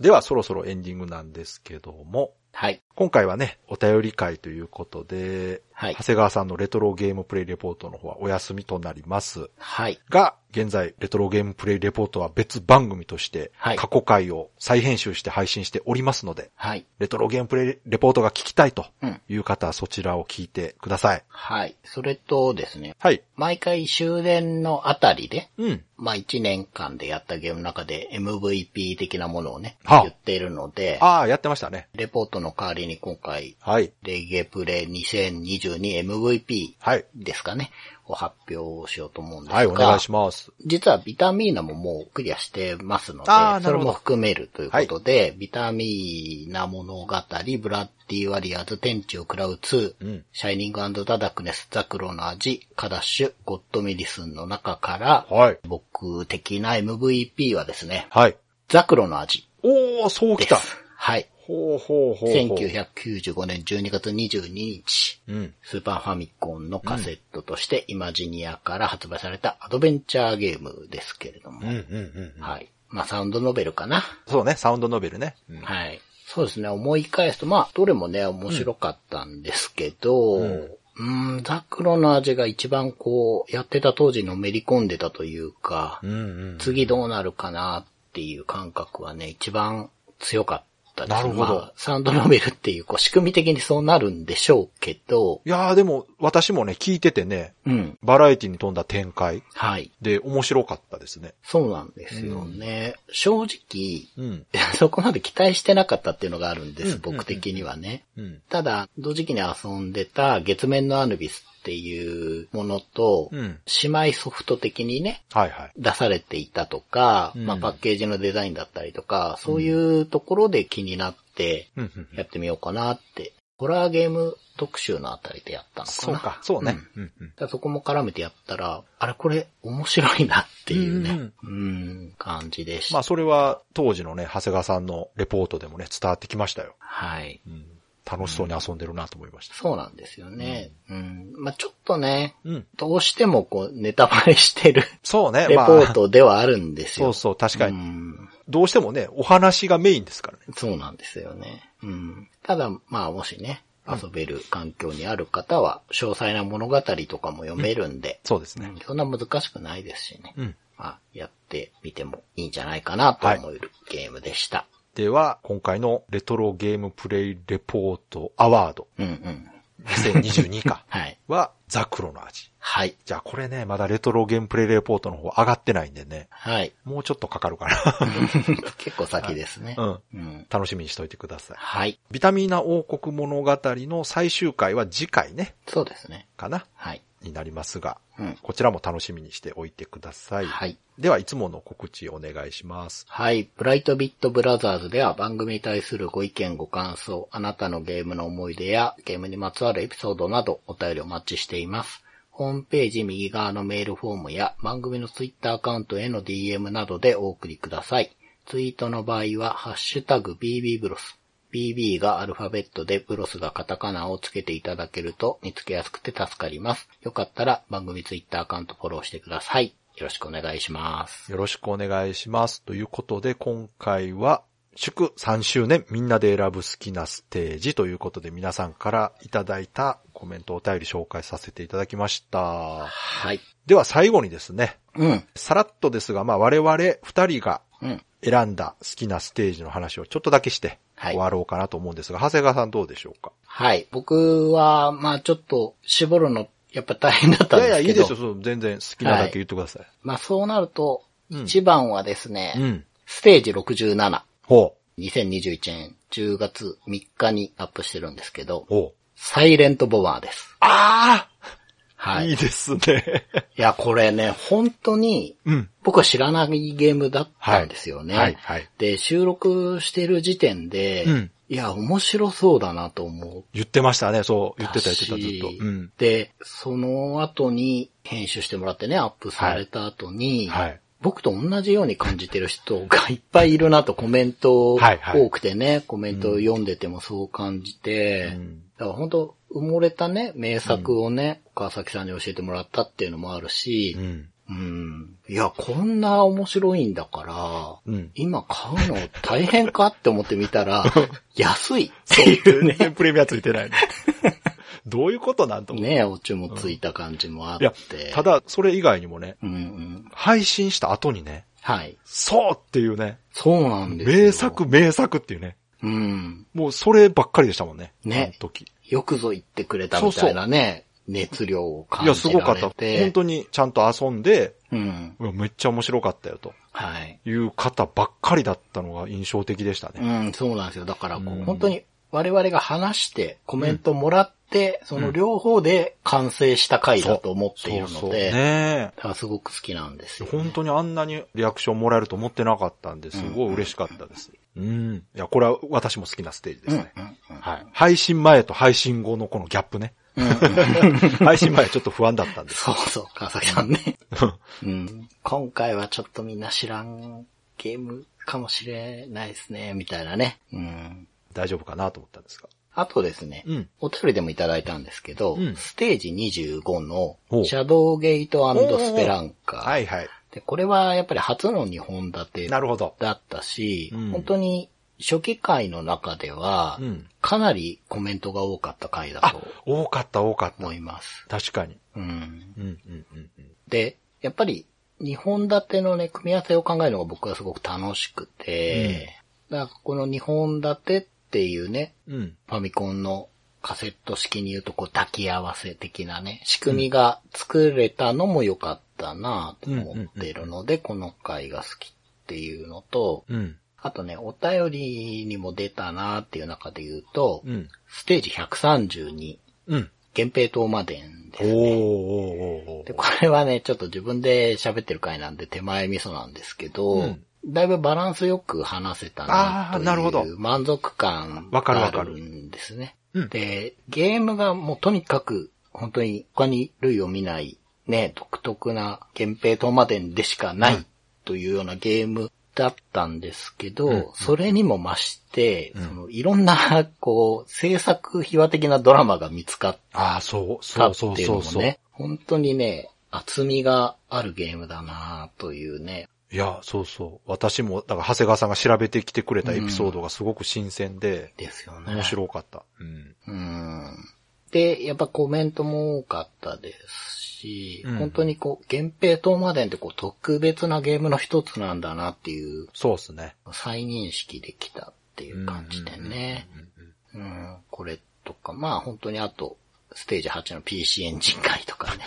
S2: では、そろそろエンディングなんですけども、
S3: はい。
S2: 今回はね、お便り会ということで、
S3: はい
S2: 長。谷川さんのレトロゲームプレイレポートの方はお休みとなります。
S3: はい。
S2: が、現在、レトロゲームプレイレポートは別番組として、
S3: はい
S2: 過去回を再編集して配信しておりますので、
S3: はい。
S2: レトロゲームプレイレポートが聞きたいと
S3: うん。
S2: いう方はそちらを聞いてください。
S3: はい。それとですね、
S2: はい。
S3: 毎回終電のあたりで、
S2: うん。
S3: まあ1年間でやったゲームの中で MVP 的なものをね、
S2: はあ
S3: 言っているので、
S2: ああ、やってましたね。
S3: レポートの代わりに今回、
S2: はい。
S3: レゲプレ 2022MVP
S2: はい。
S3: ですかね、を発表しようと思うんですが、
S2: はい、お願いします。
S3: 実はビタミーナももうクリアしてますので
S2: あー、な
S3: そ
S2: る
S3: れ
S2: ほど
S3: も含めるということで、ビタミーナ物語、ブラッディワリアーズ、天地を食らう2、
S2: うん。
S3: シャイニングダダクネス、ザクロの味、カダッシュ、ゴッドメディスンの中から、
S2: はい。
S3: 僕的な MVP はですね、
S2: はい。
S3: ザクロの味
S2: おー、そう
S3: で
S2: 来
S3: す
S2: た。。
S3: はい。
S2: ほうほうほうほう。
S3: 1995年12月22日、
S2: うん。
S3: スーパーファミコンのカセットとして、イマジニアから発売されたアドベンチャーゲームですけれども、
S2: うん、うん、うん。
S3: はい。まあ、サウンドノベルかな。
S2: そうね、サウンドノベルね。うん
S3: はい。そうですね、思い返すと、まあ、どれもね、面白かったんですけど、
S2: う
S3: うんん、んザクロの味が一番こう、やってた当時のめり込んでたというか、
S2: うん、うん。
S3: 次どうなるかなっていう感覚はね、一番強かったです。
S2: なるほど
S3: まあ、サウンドノベルっていう、こう、仕組み的にそうなるんでしょうけど、
S2: いやーでも私もね、聞いててね、
S3: うん。
S2: バラエティに富んだ展開
S3: はい。
S2: で面白かったですね。
S3: そうなんですよね。正直、 (laughs)
S2: うん。
S3: そこまで期待してなかったっていうのがあるんで
S2: うんうん
S3: す、
S2: うん
S3: 僕的にはね。
S2: うん。
S3: ただ、同時期に遊んでた月面のアヌビスっていうものと、
S2: うん。
S3: 姉妹ソフト的にね、
S2: はいはい。
S3: 出されていたとか、
S2: うん
S3: まあパッケージのデザインだったりとか、そういうところで気になって
S2: うんうん。
S3: やってみようかなって、ホラーゲーム特集のあたりでやったのかな。
S2: そうか、そうね
S3: ん。
S2: うんうん。
S3: だからそこも絡めてやったら、あれこれ面白いなっていうね、うん、感じでした。
S2: まあそれは当時のね、長谷川さんのレポートでもね、伝わってきましたよ。
S3: はい。
S2: うん。楽しそうに遊んでるなと思いました。
S3: そうなんですよね。うん。まあちょっとね、
S2: うん。
S3: どうしてもこう、ネタバレしてる
S2: そうね、
S3: レポ
S2: まあ。
S3: ートではあるんですよ。
S2: そうそう、確か
S3: う
S2: に。
S3: ん
S2: どうしてもね、お話がメインですからね。
S3: そうなんですよね。うん。ただ、まあもしね、遊べる環境にある方は、詳細な物語とかも読めるんで、
S2: そうです
S3: う
S2: ね。
S3: んそんな難しくないですしね。
S2: うん。
S3: まあ、やってみてもいいんじゃないかなと思えるゲームでした。
S2: では、今回のレトロゲームプレイレポートアワード
S3: うんうん。
S2: 2022か
S3: (laughs) はい。
S2: は、ザクロの味。
S3: はい。
S2: じゃあこれね、まだレトロゲームプレイレポートの方上がってないんでね、 (laughs)
S3: はい。
S2: もうちょっとかかるか
S3: 結構先ですね。
S2: な。うん。
S3: うん。
S2: 楽しみにしといてください。
S3: はい。
S2: ビタミーナ王国物語の最終回は次回ね、
S3: そうですね。
S2: かな。
S3: はい。
S2: になりますが、
S3: うん。
S2: こちらも楽しみにしておいてください。
S3: はい。
S2: では、いつもの告知お願いします。
S3: はい。ブライトビットブラザーズでは番組に対するご意見、ご感想、あなたのゲームの思い出やゲームにまつわるエピソードなどお便りお待ちしています。ホームページ右側のメールフォームや番組のツイッターアカウントへの DM などでお送りください。ツイートの場合は、ハッシュタグ BB ブロス。BB がアルファベットでブロスがカタカナをつけていただけると見つけやすくて助かります。よかったら番組ツイッターアカウントフォローしてください。よろしくお願いします。
S2: よろしくお願いします。ということで、今回は、祝3周年みんなで選ぶ好きなステージということで皆さんからいただいたコメントお便り紹介させていただきました。
S3: はい。
S2: では最後にですね、
S3: うん。
S2: さらっとですが、まあ我々2人が
S3: うん。
S2: 選んだ好きなステージの話をちょっとだけして
S3: はい
S2: 終わろうかなと思うんですが、長谷川さんどうでしょうか
S3: はい。僕は、まあちょっと、絞るの、やっぱ大変だったん
S2: い
S3: で
S2: や
S3: す
S2: い
S3: け
S2: や、
S3: ど。
S2: いいですよ。そう全然好きなだけ言ってください。
S3: まあそうなると、
S2: うん
S3: 一番はですね、
S2: うん。
S3: ステージ67、
S2: ほ
S3: 2021年10月3日にアップしてるんですけど
S2: う。、ほう。
S3: サイレントボマーです。
S2: ああ、、
S3: はいい。
S2: い
S3: い
S2: です
S3: (laughs)
S2: ね。
S3: や、これね、本当に、
S2: うん。
S3: 僕は知らないゲームだったんですよね。
S2: はい、はい。
S3: で、収録してる時点で、
S2: うん
S3: いや、面白そうだなと思う
S2: 言ってましたね。そう、言ってた言ってた、
S3: だ
S2: ず
S3: し
S2: っと。うん。
S3: で、その後に編集してもらってね、アップされた後に、
S2: はい。
S3: 僕と同じように感じてる人がいっぱいいるなとコメント
S2: はいはい
S3: 多くてね、コメントを読んでてもそう感じて、
S2: うん
S3: だから本当埋もれたね、名作をね、川崎さんに教えてもらったっていうのもあるし
S2: う、ん。
S3: うん、いや、こんな面白いんだから、
S2: うん。
S3: 今買うの大変かって思ってみ
S2: (laughs)
S3: たら、安いっていうね
S2: 全。然プレミアついて
S3: (laughs)
S2: ないね。どういうことなんと思って。
S3: ねえ、オチもついた感じもあっ
S2: いや
S3: て。、
S2: ただ、それ以外にもね、
S3: うんうん。
S2: 配信した後にね、
S3: はい。
S2: そうっていうね、
S3: そうなんですよ。
S2: 名。作名作っていうね、
S3: うん。
S2: もうそればっかりでしたもんね。
S3: ね
S2: あの時。
S3: よくぞ言ってくれたみたいなね、熱量を感
S2: いや、
S3: じられ
S2: す
S3: て。
S2: ごかった。本当にちゃんと遊んで、
S3: うん。
S2: うわめっちゃ面白かったよと
S3: はい。
S2: いう方ばっかりだったのが印象的でした
S3: う
S2: ね。
S3: ん、そうなんですよ。だからこう、
S2: うん
S3: 本当に我々が話して、コメントもらって、その両方で完成した回だと思っている
S2: そうそう
S3: ので、
S2: ね
S3: だからすごく好きなんです
S2: いや
S3: よ。
S2: 本当にあんなにリアクションもらえると思ってなかったんですごい嬉しかったです。うん。いや、これは私も好きなステージですね。はい。配信前と配信後のこのギャップ
S3: (laughs)
S2: ね。配信前はちょっと不安だったんです。
S3: そうそう、川崎さんね。うん、今回はちょっとみんな知らんゲームかもしれないですね、みたいなね。うん、
S2: 大丈夫かなと思ったんですが。
S3: あとですね、
S2: うん
S3: お便りでもいただいたんですけど、
S2: うん
S3: ステージ25の
S2: ほう
S3: シャドウゲートスペランカー
S2: はいはい。
S3: で。これはやっぱり初の日本立て
S2: なるほど。
S3: だったし、
S2: うん
S3: 本当に初期回の中では
S2: うん、
S3: かなりコメントが多かった回だ
S2: あ
S3: と、
S2: 多かった多かった
S3: 思。います。
S2: 確かに。
S3: うん
S2: うんうんうんうん。
S3: で、やっぱり、日本立てのね、組み合わせを考えるのが僕はすごく楽しくて、だからこの日本立てっていうね、
S2: うん。
S3: ファミコンのカセット式に言うとこう抱き合わせ的なね、仕組みが作れたのも良かったなと思ってるので、この回が好きっていうのと、
S2: うん。
S3: あとね、お便りにも出たなっていう中で言うと、
S2: うん。
S3: ステージ132、
S2: うん。
S3: 源平東馬伝で
S2: お
S3: す
S2: ーおー
S3: ね。
S2: おーお
S3: で、
S2: ー
S3: これはね、ちょっと自分で喋ってる回なんで手前味噌なんですけど、
S2: うん
S3: だいぶバランスよく話せた
S2: あ
S3: な
S2: ー
S3: という
S2: なるほど
S3: 満足感
S2: わかる
S3: が
S2: わ
S3: あ
S2: かる
S3: るんですね。
S2: うん
S3: で、ゲームがもうとにかく本当に他に類を見ないね、独特な源平東馬伝でしかない、
S2: うん
S3: というようなゲームだったんですけど、
S2: うん
S3: それにも増して、そのいろんな、こう、制作秘話的なドラマが見つかっ
S2: ああ、そう、
S3: か
S2: そう
S3: って
S2: そうそ
S3: いうの
S2: う
S3: も
S2: そう。
S3: ね、本当にね、厚みがあるゲームだなというね。
S2: いや、そうそう。私も、だから、長谷川さんが調べてきてくれたエピソードがすごく新鮮で、
S3: ですよね。
S2: 面白かった。うん。
S3: うん。で、やっぱコメントも多かったですし、
S2: うん
S3: 本当にこう、源平東馬伝ってこう、特別なゲームの一つなんだなっていう、
S2: そうですね。
S3: 再認識できたっていう感じでね。うん、これとか、まあ本当にあと、ステージ8の PC エンジン会とかね。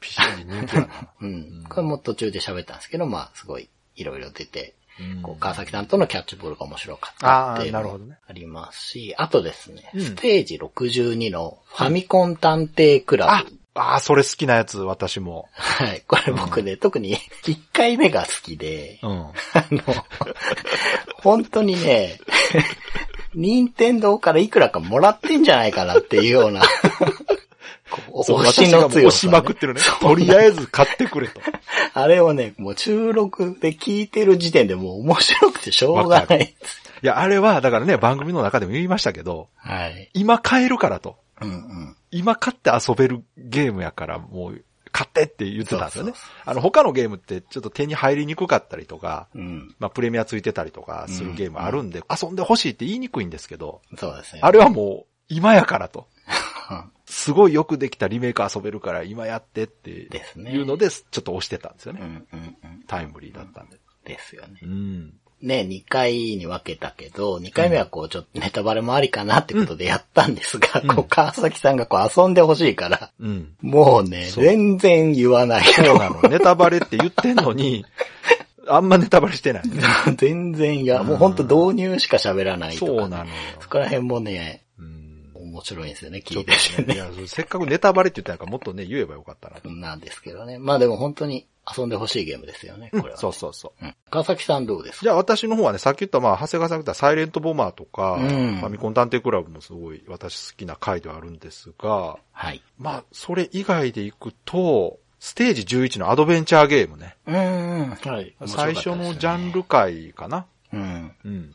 S2: ピシャリ人気だ
S3: (laughs)
S2: な。
S3: うん。これも途中で喋ったんですけど、まあすごい、いろいろ出て、
S2: うん
S3: こう、川崎さんとのキャッチボールが面白かっ
S2: あ
S3: たっ
S2: あ
S3: てい
S2: ー、
S3: う
S2: なるほ
S3: の
S2: ど
S3: も
S2: ね。
S3: ありますし、あとですね、
S2: うん
S3: ステージ62のファミコン探偵クラ
S2: あ
S3: ブ、
S2: ああ、それ好きなやつ、私も。
S3: はい。これ僕ね、特に1回目が好きで、 (laughs)
S2: うん。
S3: あの、本当に
S2: (laughs)
S3: ね、任天堂からいくらかもらってんじゃないかなっていうような、こ
S2: (laughs)
S3: う
S2: そう
S3: 推しの
S2: 私がもう
S3: 強
S2: 押
S3: さ
S2: し
S3: ね、
S2: まくってるね。
S3: そう
S2: とりあえず買ってくれと。
S3: あれをね、もう収録で聞いてる時点でもう面白くてしょうがないです。
S2: いや、あれは、だからね、番組の中でも言いましたけど、
S3: はい。
S2: 今買えるからと。
S3: うんうん。
S2: 今買って遊べるゲームやから、もう、買ってって言ってたんですよね
S3: そうそう。
S2: あの、他のゲームってちょっと手に入りにくかったりとか、
S3: うん。
S2: まあ、プレミアついてたりとかするゲームあるんで、遊んでほしいって言いにくいんですけど、
S3: そうですね。
S2: あれはもう、今やからと。
S3: うん
S2: すごいよくできたリメイク遊べるから、今やってってい
S3: ですね。
S2: うので、ちょっと押してたんですよ
S3: う
S2: ね。
S3: んうんうん。
S2: タイムリーだったんで。
S3: ですよね。
S2: うん。
S3: ね、2回に分けたけど、2回目はこう、ちょっとネタバレもありかなってことでやったんですが、
S2: うん
S3: こう、川崎さんがこう、遊んでほしいから、
S2: うん。
S3: もうね、
S2: そう
S3: 全然言わない。
S2: そうなの。ネタバレって言ってんのに、あんまネタバレ
S3: (laughs)
S2: してない。
S3: 全然いや、もうほんと導入しか喋らないとか、ね。
S2: そうなのよ。
S3: そこら辺もね、
S2: うん。
S3: 面白いんですよね、
S2: ち
S3: 聞
S2: ょっ
S3: いて
S2: と
S3: て
S2: ね、い
S3: ね。
S2: や、せっかくネタバレって言ったんやからもっとね、言えばよかったなと。
S3: なんですけどね。まあでも本当に遊んでほしいゲームですよね、これは、
S2: そうそうそう。
S3: うん川崎さんどうです
S2: じ
S3: か
S2: ゃあ私の方はね、さっき言ったまあ、長谷川さんが言ったサイレントボマーとか、
S3: うん
S2: ファミコン探偵クラブもすごい私好きな回ではあるんですが、
S3: はい。
S2: まあ、それ以外で行くと、ステージ11のアドベンチャーゲームね。
S3: うーん。はい。
S2: 最初のジャンル。回かな。
S3: うん。
S2: うん。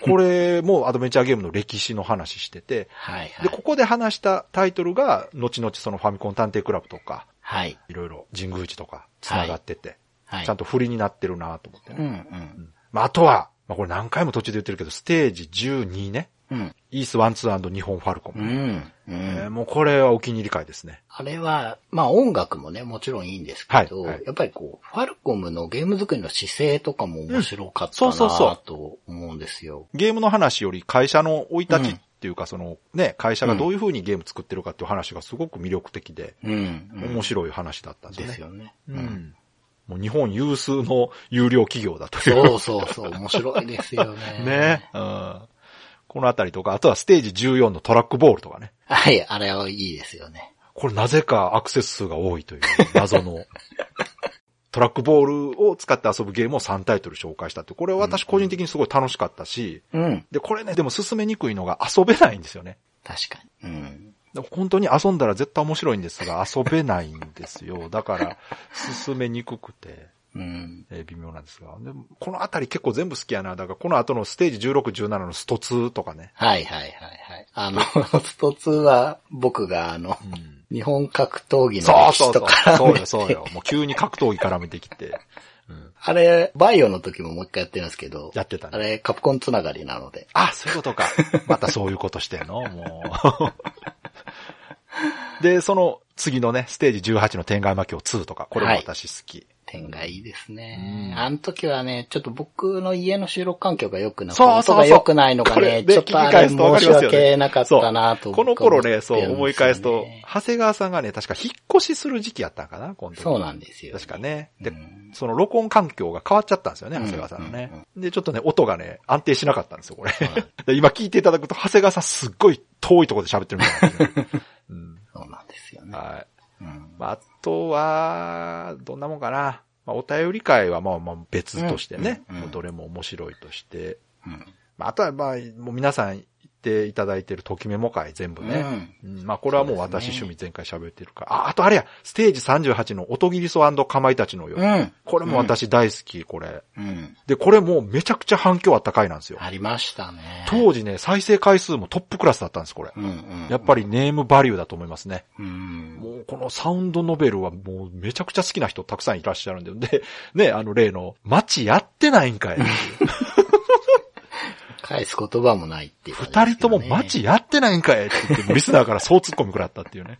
S2: これもアドベンチャーゲームの歴史の話してて、
S3: はいは
S2: で、
S3: い。
S2: ここで話したタイトルが、後々そのファミコン探偵クラブとか、
S3: はい。
S2: いろいろ神宮寺とか、繋がってて、
S3: はい。
S2: ちゃんと振りになってるなと思って
S3: う
S2: ね。
S3: んうん。
S2: まあ、あとは、まあ、これ何回も途中で言ってるけど、ステージ12ね。
S3: うん。
S2: イースワンツー日本ファルコン。
S3: うん。う
S2: えー
S3: ん。
S2: もうこれはお気に入り回ですね。
S3: あれは、まあ音楽もね、もちろんいいんですけど、
S2: はいはい
S3: やっぱりこう、ファルコムのゲーム作りの姿勢とかも面白かった
S2: うん
S3: な
S2: そうそうそう
S3: ぁと思うんですよ。
S2: ゲームの話より会社の生い立ちっていうか、そのね、会社がどういう風にゲーム作ってるかっていう話がすごく魅力的で、
S3: うん。
S2: 面白い話だったん
S3: い
S2: ですよ
S3: で
S2: ね。
S3: すよね。
S2: う。ん。もう日本有数の有料企業だという。
S3: そうそうそう、面白いですよね。
S2: (laughs) ね。うん。このあたりとか、あとはステージ14のトラックボールとかね。
S3: はい、あれはいいですよね。
S2: これなぜかアクセス数が多いという (laughs) 謎の。トラックボールを使って遊ぶゲームを3タイトル紹介したって、これは私個人的にすごい楽しかったし、
S3: うん。
S2: で、これね、でも進めにくいのが遊べないんですよね。
S3: 確かに。うん。
S2: でも本当に遊んだら絶対面白いんですが、遊べないんですよ。 (laughs) だから、進めにくくて。
S3: うん。
S2: えー微妙なんですが。でもこのあたり結構全部好きやな。だからこの後のステージ16、17のスト2とかね。
S3: はいはいはいはい。あの、スト2は僕があの、
S2: うん。
S3: 日本格闘技の
S2: そうそう
S3: 歴史と
S2: そう
S3: か。
S2: そうよ、そうよ。もう急に格闘技絡めてきて。うん。
S3: あれ、バイオの時ももう一回やってるんですけど、
S2: やってた
S3: あ
S2: ね。
S3: れ、カプコンつながりなので。
S2: あ、そういうことか。またそういうことして (laughs) んのもう。で、その次のね、ステージ18の天外魔境2とか、これも私好き。
S3: 点がいいで
S2: う
S3: すね。
S2: ん
S3: あの時はね、ちょっと僕の家の収録環境が良くなくて、
S2: そうそうそう
S3: 音が良くないのが
S2: これ
S3: ね、
S2: ね
S3: ちょっとあれ
S2: 聞き返すとわ
S3: 申
S2: かり
S3: し
S2: ますよね
S3: 訳なかったなと、
S2: この頃ね、そう思い返すと
S3: 僕は思ってるん、
S2: 長谷川さんがね、確か引っ越しする時期やったんかな、今
S3: で
S2: 度。
S3: すよねそうなんですよ。
S2: 確かね。
S3: う
S2: で、
S3: ん
S2: その録音環境が変わっちゃったんですよね、
S3: うん
S2: 長谷川さんのね
S3: うん。
S2: で、ちょっとね、音がね、安定しなかったんですよ、これ
S3: そうなんです。
S2: (laughs) で今聞いていただくと、長谷川さんすっごい遠いところで喋ってるみたいになってる。うん
S3: そうなんですよね。
S2: (laughs) はい。
S3: うん
S2: まあ、あとは、どんなもんかな。まあ、お便り会はまあまあ別としてね、
S3: うんうんうん
S2: どれも面白いとして。
S3: うん
S2: まあ、あとはまあ、もう皆さん言っていただいてるときメモ会全部ね。うんまあこれはもう私
S3: そうです
S2: 趣
S3: ね
S2: 味全開喋ってるから。あ、あとあれや、ステージ38の音切りそかまいたちのよ。
S3: うん。
S2: これも私大好き、これ。
S3: うん。
S2: で、これもうめちゃくちゃ反響あった回なんですよ。
S3: ありましたね。
S2: 当時ね、再生回数もトップクラスだったんです、これ。
S3: うんうん。
S2: やっぱりネームバリューだと思いますね。
S3: うん。
S2: もうこのサウンドノベルはもうめちゃくちゃ好きな人たくさんいらっしゃるんで、で、ね、あの例の、街やってないんかい。
S3: 返す言葉もないっていう感じ
S2: 二
S3: で
S2: 人
S3: すけ
S2: と
S3: ど
S2: も
S3: ね、
S2: 街やってないんかいって言って、もうリスナーからそう突っ込み食らったっていうね。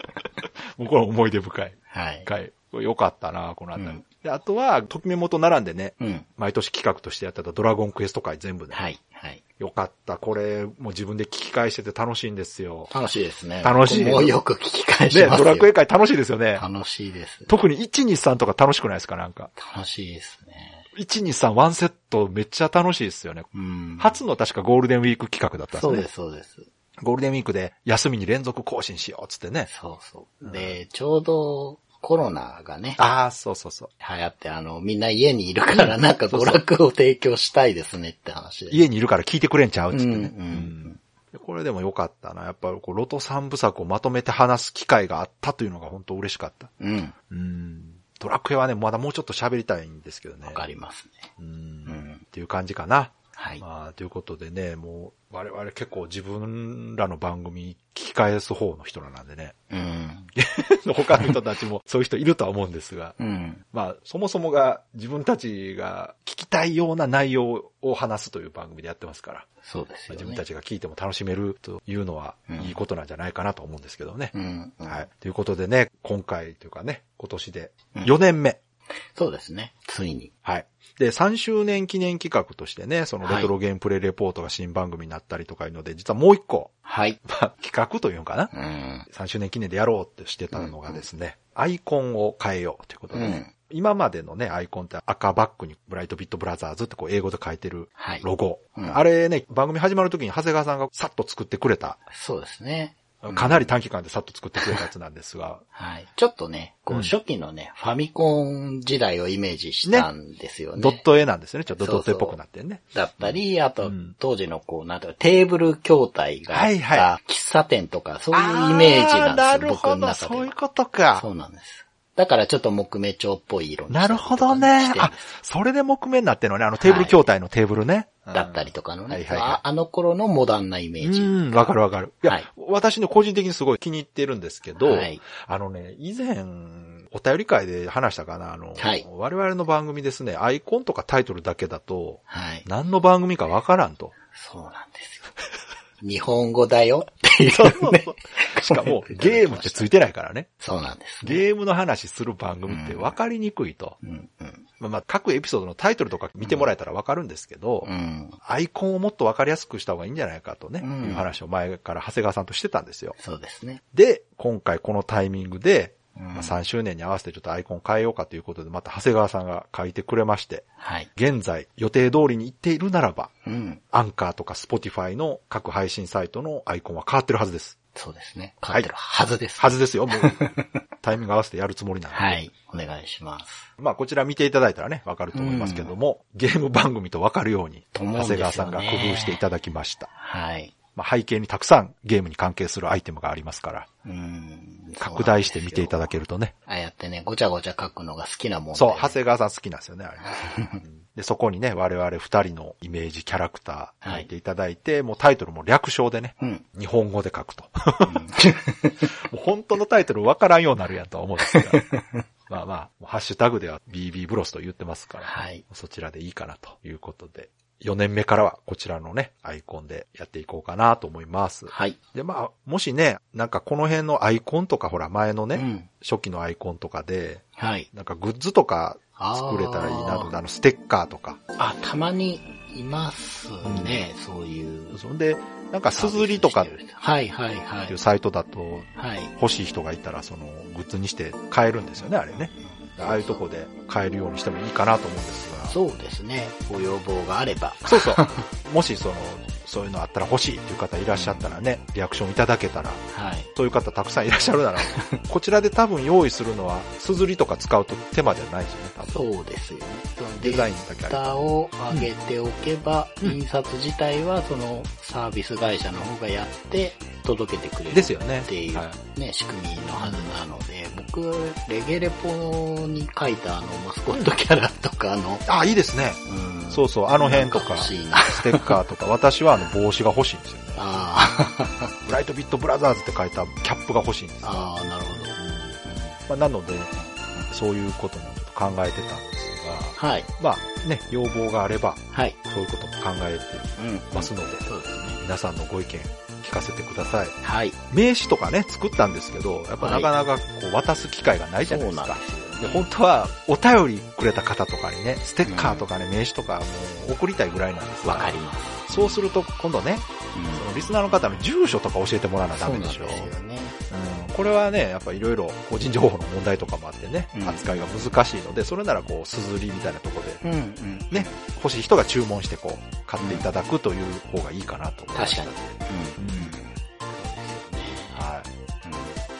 S2: (laughs) もうこれ思い出深い。
S3: はい。
S2: 回。これ良かったな、このあたり。
S3: うん
S2: で、あとは、ときめもと並んでね、
S3: うん。
S2: 毎年企画としてやってたドラゴンクエスト回全部ね。
S3: はい。はい。
S2: よかった。これ、もう自分で聞き返してて楽しいんですよ。
S3: 楽しいですね。
S2: 楽しい
S3: 僕もうよく聞き返し
S2: ね、
S3: ます
S2: ド
S3: よ。
S2: ラクエ回楽しいですよね。
S3: 楽しいです。
S2: 特に123とか楽しくないですかなんか。
S3: 楽しいですね。
S2: 123ワンセットめっちゃ楽しいですよね。
S3: うん。
S2: 初の確かゴールデンウィーク企画だったんです
S3: そ
S2: ね。
S3: うです、そうです。
S2: ゴールデンウィークで休みに連続更新しようっつってね。
S3: そうそう。で、ちょうどコロナがね、
S2: ああ、そうそうそう。
S3: 流行って、あの、みんな家にいるからなんか娯楽を提供したいですねって話で。
S2: 家にいるから聞いてくれんちゃうっつってね。
S3: うんうん
S2: うんこれでも良かったな。やっぱこう、ロト3部作をまとめて話す機会があったというのが本当嬉しかった。
S3: うん。
S2: うん。ドラクエはね、まだもうちょっと喋りたいんですけどね。
S3: わかりますね。
S2: うん
S3: ん
S2: っていう感じかな。
S3: はい。
S2: まあ、ということでね、もう、我々結構自分らの番組聞き返す方の人らなんでね。
S3: うん。
S2: (laughs) 他の人たちもそういう人いるとは思うんですが。
S3: うん。
S2: まあ、そもそもが自分たちが聞きたいような内容を話すという番組でやってますから、
S3: そうです
S2: まあ
S3: よね。
S2: 自分たちが聞いても楽しめるというのは
S3: うん
S2: いいことなんじゃないかなと思うんですけどね。
S3: うん。うん
S2: はい。ということでね、今回というかね、今年で
S3: うん
S2: 4年目。
S3: そうですね。ついに。
S2: はい。で、3周年記念企画としてね、そのレトロゲームプレイレポートが新番組になったりとかいうので、実はもう一個、
S3: はい。
S2: まあ、企画というのかな。
S3: うん。
S2: 3周年記念でやろうってしてたのがですね、アイコンを変えようということでね、
S3: うん
S2: 今までのね、アイコンって赤バックにブライトビットブラザーズってこう英語で書いてる
S3: はい
S2: ロゴ。
S3: うん
S2: あれね、番組始まる時に長谷川さんがさっと作ってくれた、
S3: そうですね。
S2: かなり短期間でさっと作ってくれたやつなんですが、
S3: はい。ちょっとね、こ
S2: うん
S3: う、初期のね、ファミコン時代をイメージしたんです (laughs) よね。
S2: ドット絵なんですよね。ちょっとドット絵っ
S3: そう
S2: ぽ
S3: そう
S2: くなってね。
S3: だったり、あ
S2: う
S3: と
S2: ん、
S3: 当時のこう、なんていうか、テーブル筐体があ
S2: はい
S3: っ
S2: は
S3: た喫茶店とか、そういうイメージ
S2: あ
S3: なんです
S2: る
S3: よ、僕
S2: ほ
S3: の
S2: ど、
S3: 中で
S2: そういう
S3: は。
S2: ことか。
S3: そうなんです。だからちょっと木目調っぽい色に
S2: なるほどね。
S3: あ
S2: あ、それで木目になってるのね。あのテーブル筐体のテーブルね。
S3: だったりとかの
S2: は
S3: ね
S2: い、はいはい
S3: ああの頃のモダンなイメー
S2: う
S3: ジ。
S2: ん、わかるわかる。いや、
S3: はい
S2: 私ね、個人的にすごい気に入ってるんですけど、
S3: はい
S2: あのね、以前、お便り会で話したかな、あの、
S3: はい
S2: 我々の番組ですね、アイコンとかタイトルだけだと、
S3: はい。
S2: 何の番組かわからんと。
S3: そうなんですよ。日本語だよっていう
S2: そうそう
S3: ね
S2: そう。 (laughs) しかも、ゲームってついてないからね。
S3: そうなんです (laughs) ね。
S2: ゲームの話する番組ってわかりにくいと。
S3: うん、うん、
S2: まあまあ、各エピソードのタイトルとか見てもらえたらわかるんですけど、
S3: うん。
S2: アイコンをもっとわかりやすくした方がいいんじゃないかとね、
S3: うん
S2: いう話を前から長谷川さんとしてたんですよ。
S3: そうですね。
S2: で、今回このタイミングで、
S3: うん
S2: まあ、3周年に合わせてちょっとアイコン変えようかということで、また長谷川さんが書いてくれまして、
S3: はい。
S2: 現在予定通りに行っているならば、
S3: うん。
S2: アンカーとかスポティファイの各配信サイトのアイコンは変わってるはずです。
S3: そうですね。変わってるはずです。
S2: はずですよ、
S3: (laughs)
S2: もう。タイミング合わせてやるつもりなんで。
S3: はい。お願いします。
S2: まあこちら見ていただいたらね、わかると思いますけども、ゲーム番組とわかるように、
S3: と
S2: 長
S3: 思うんですよ
S2: 谷
S3: ね
S2: 川さんが工夫していただきました。
S3: はい。
S2: まあ背景にたくさんゲームに関係するアイテムがありますから、
S3: うん。
S2: 拡大して見ていただけるとね。
S3: ああやってね、ごちゃごちゃ書くのが好きなもんで
S2: そう、長谷川さん好きなんですよね、あれ。 (laughs) で、そこにね、我々二人のイメージキャラクター書いていただいて、もうタイトルも略称でね、
S3: うん。
S2: 日本語で書くと。 (laughs) もう本当のタイトルわからんようになるやんとは思うんですが。
S3: (laughs)
S2: まあまあ、もうハッシュタグでは BB ブロスと言ってますから、
S3: はい
S2: そちらでいいかなということで、4年目からはこちらのね、アイコンでやっていこうかなと思います。
S3: はい。
S2: で、まあ、もしね、なんかこの辺のアイコンとか、ほら、前のね、
S3: うん
S2: 初期のアイコンとかで、
S3: はい。
S2: なんかグッズとか作れたらいいなと
S3: あ
S2: か、
S3: ー
S2: あのステッカーとか。
S3: あ、たまにいますね、そういう。
S2: そんで、なんかすずりとかっ
S3: はいはいは
S2: てい。
S3: いう
S2: サイトだと
S3: はい。
S2: 欲しい人がいたらそのグッズにして買えるんですよね、あれね。ああいうとこで買えるようにしてもいいかなと思うんですが。
S3: そうですね。ご要望があれば。
S2: そうそう。もしその、そういうのあったら欲しいっていう方いらっしゃったらね、リアクションいただけたら、
S3: はい。
S2: そういう方たくさんいらっしゃるなら、
S3: (laughs)
S2: こちらで多分用意するのは、すずりとか使うと手間じゃないですよね、多分。
S3: そうですよね。
S2: デザインだ
S3: デ
S2: けあ
S3: ー
S2: れば。
S3: タを上げておけば、
S2: うん
S3: 印刷自体はそのサービス会社の方がやって届けてくれる。
S2: ですよね。
S3: っていう
S2: はい
S3: ね、仕組みのはずなので、僕、レゲレポに書いたあの、マスコットキャラとかの、
S2: あ、いいですね。
S3: うん
S2: そうそう、あの辺とか
S3: 欲。しいな。
S2: ステッカーとか、私はあの帽子が欲しいんですよね。
S3: あー
S2: ブライトビットブラザーズって書いたキャップが欲しいんですよ。
S3: あー、なるほど。
S2: まあ、なので、そういうこともちょっと考えてたんです
S3: はい、
S2: が、まあね、要望があれば、
S3: はい。
S2: そういうことも考えて
S3: うん
S2: ますので、
S3: そうですね。
S2: 皆さんのご意見聞かせてください。
S3: はい。
S2: 名刺とかね、作ったんですけど、やっぱなかなかこう渡す機会がないじ
S3: そ
S2: ゃ
S3: う
S2: ないです
S3: な
S2: か。
S3: んです
S2: で
S3: よ、
S2: 本
S3: ね。
S2: 当は、お便りくれた方とかにね、ステッカーとかね、名刺とかもう送りたいぐらいなんです
S3: わ
S2: が
S3: か、ります。
S2: そうすると今度ね、そのリスナーの方の住所とか教えてもらわなダメでしょ。
S3: そうなんですよね。
S2: うんこれはね、やっぱいろいろ個人情報の問題とかもあってね、
S3: うん
S2: 扱いが難しいので、それならこう、すずりみたいなところで、
S3: うんうん。
S2: ね、欲しい人が注文してこう、買っていただくという方がいいかなと思いま
S3: 確
S2: し
S3: か
S2: た
S3: に。
S2: うん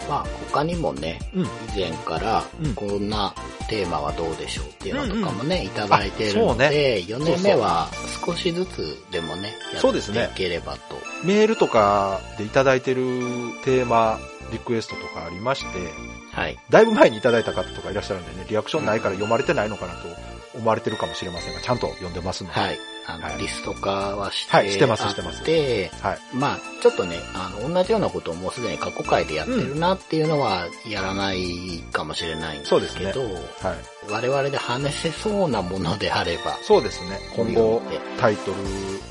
S3: まあ他にもね、
S2: うん。
S3: 以前から
S2: うん
S3: こんなテーマはどうでしょうっていうのとかもね、いただいてる
S2: あそ
S3: の
S2: う
S3: で、
S2: ね
S3: 4年目は少しずつでもね、や
S2: そう
S3: っ
S2: です
S3: て
S2: ね
S3: いければと。
S2: メールとかでいただいてるテーマ、リクエストとかありまして、
S3: はい。
S2: だいぶ前にいただいた方とかいらっしゃるんでね、リアクションないから読まれてないのかなと思われてるかもしれませんが、ちゃんと読んでますので。
S3: はい。あの、
S2: はい
S3: リスト化はして、
S2: はいしてますしてます
S3: で、
S2: はい。
S3: まあちょっとね、あの、同じようなことをもうすでに過去回でやってるなっていうのはやらないかもしれないんで
S2: そうです
S3: すけ
S2: ね
S3: ど、。
S2: はい。
S3: 我々で話せそうなものであれば、
S2: そうですね。今後
S3: 読んで、
S2: タイトル、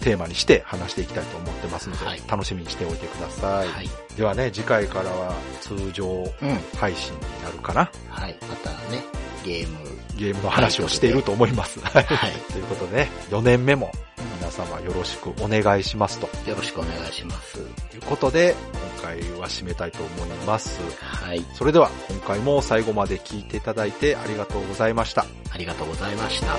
S2: テーマにして話していきたいと思ってますので、
S3: はい
S2: 楽しみにしておいてください。
S3: はい。
S2: ではね、次回からは通常
S3: うん。
S2: 配信になるかな。
S3: はい。またね、ゲーム、
S2: ゲームの話をしていると思います。はい。
S3: はい。
S2: (laughs) ということでね、4年目も皆様よろしくお願いしますと。
S3: よろしくお願いします。
S2: ということで、今回は締めたいと思います。
S3: はい。
S2: それでは今回も最後まで聞いていただいてありがとうございました。
S3: ありがとうございました。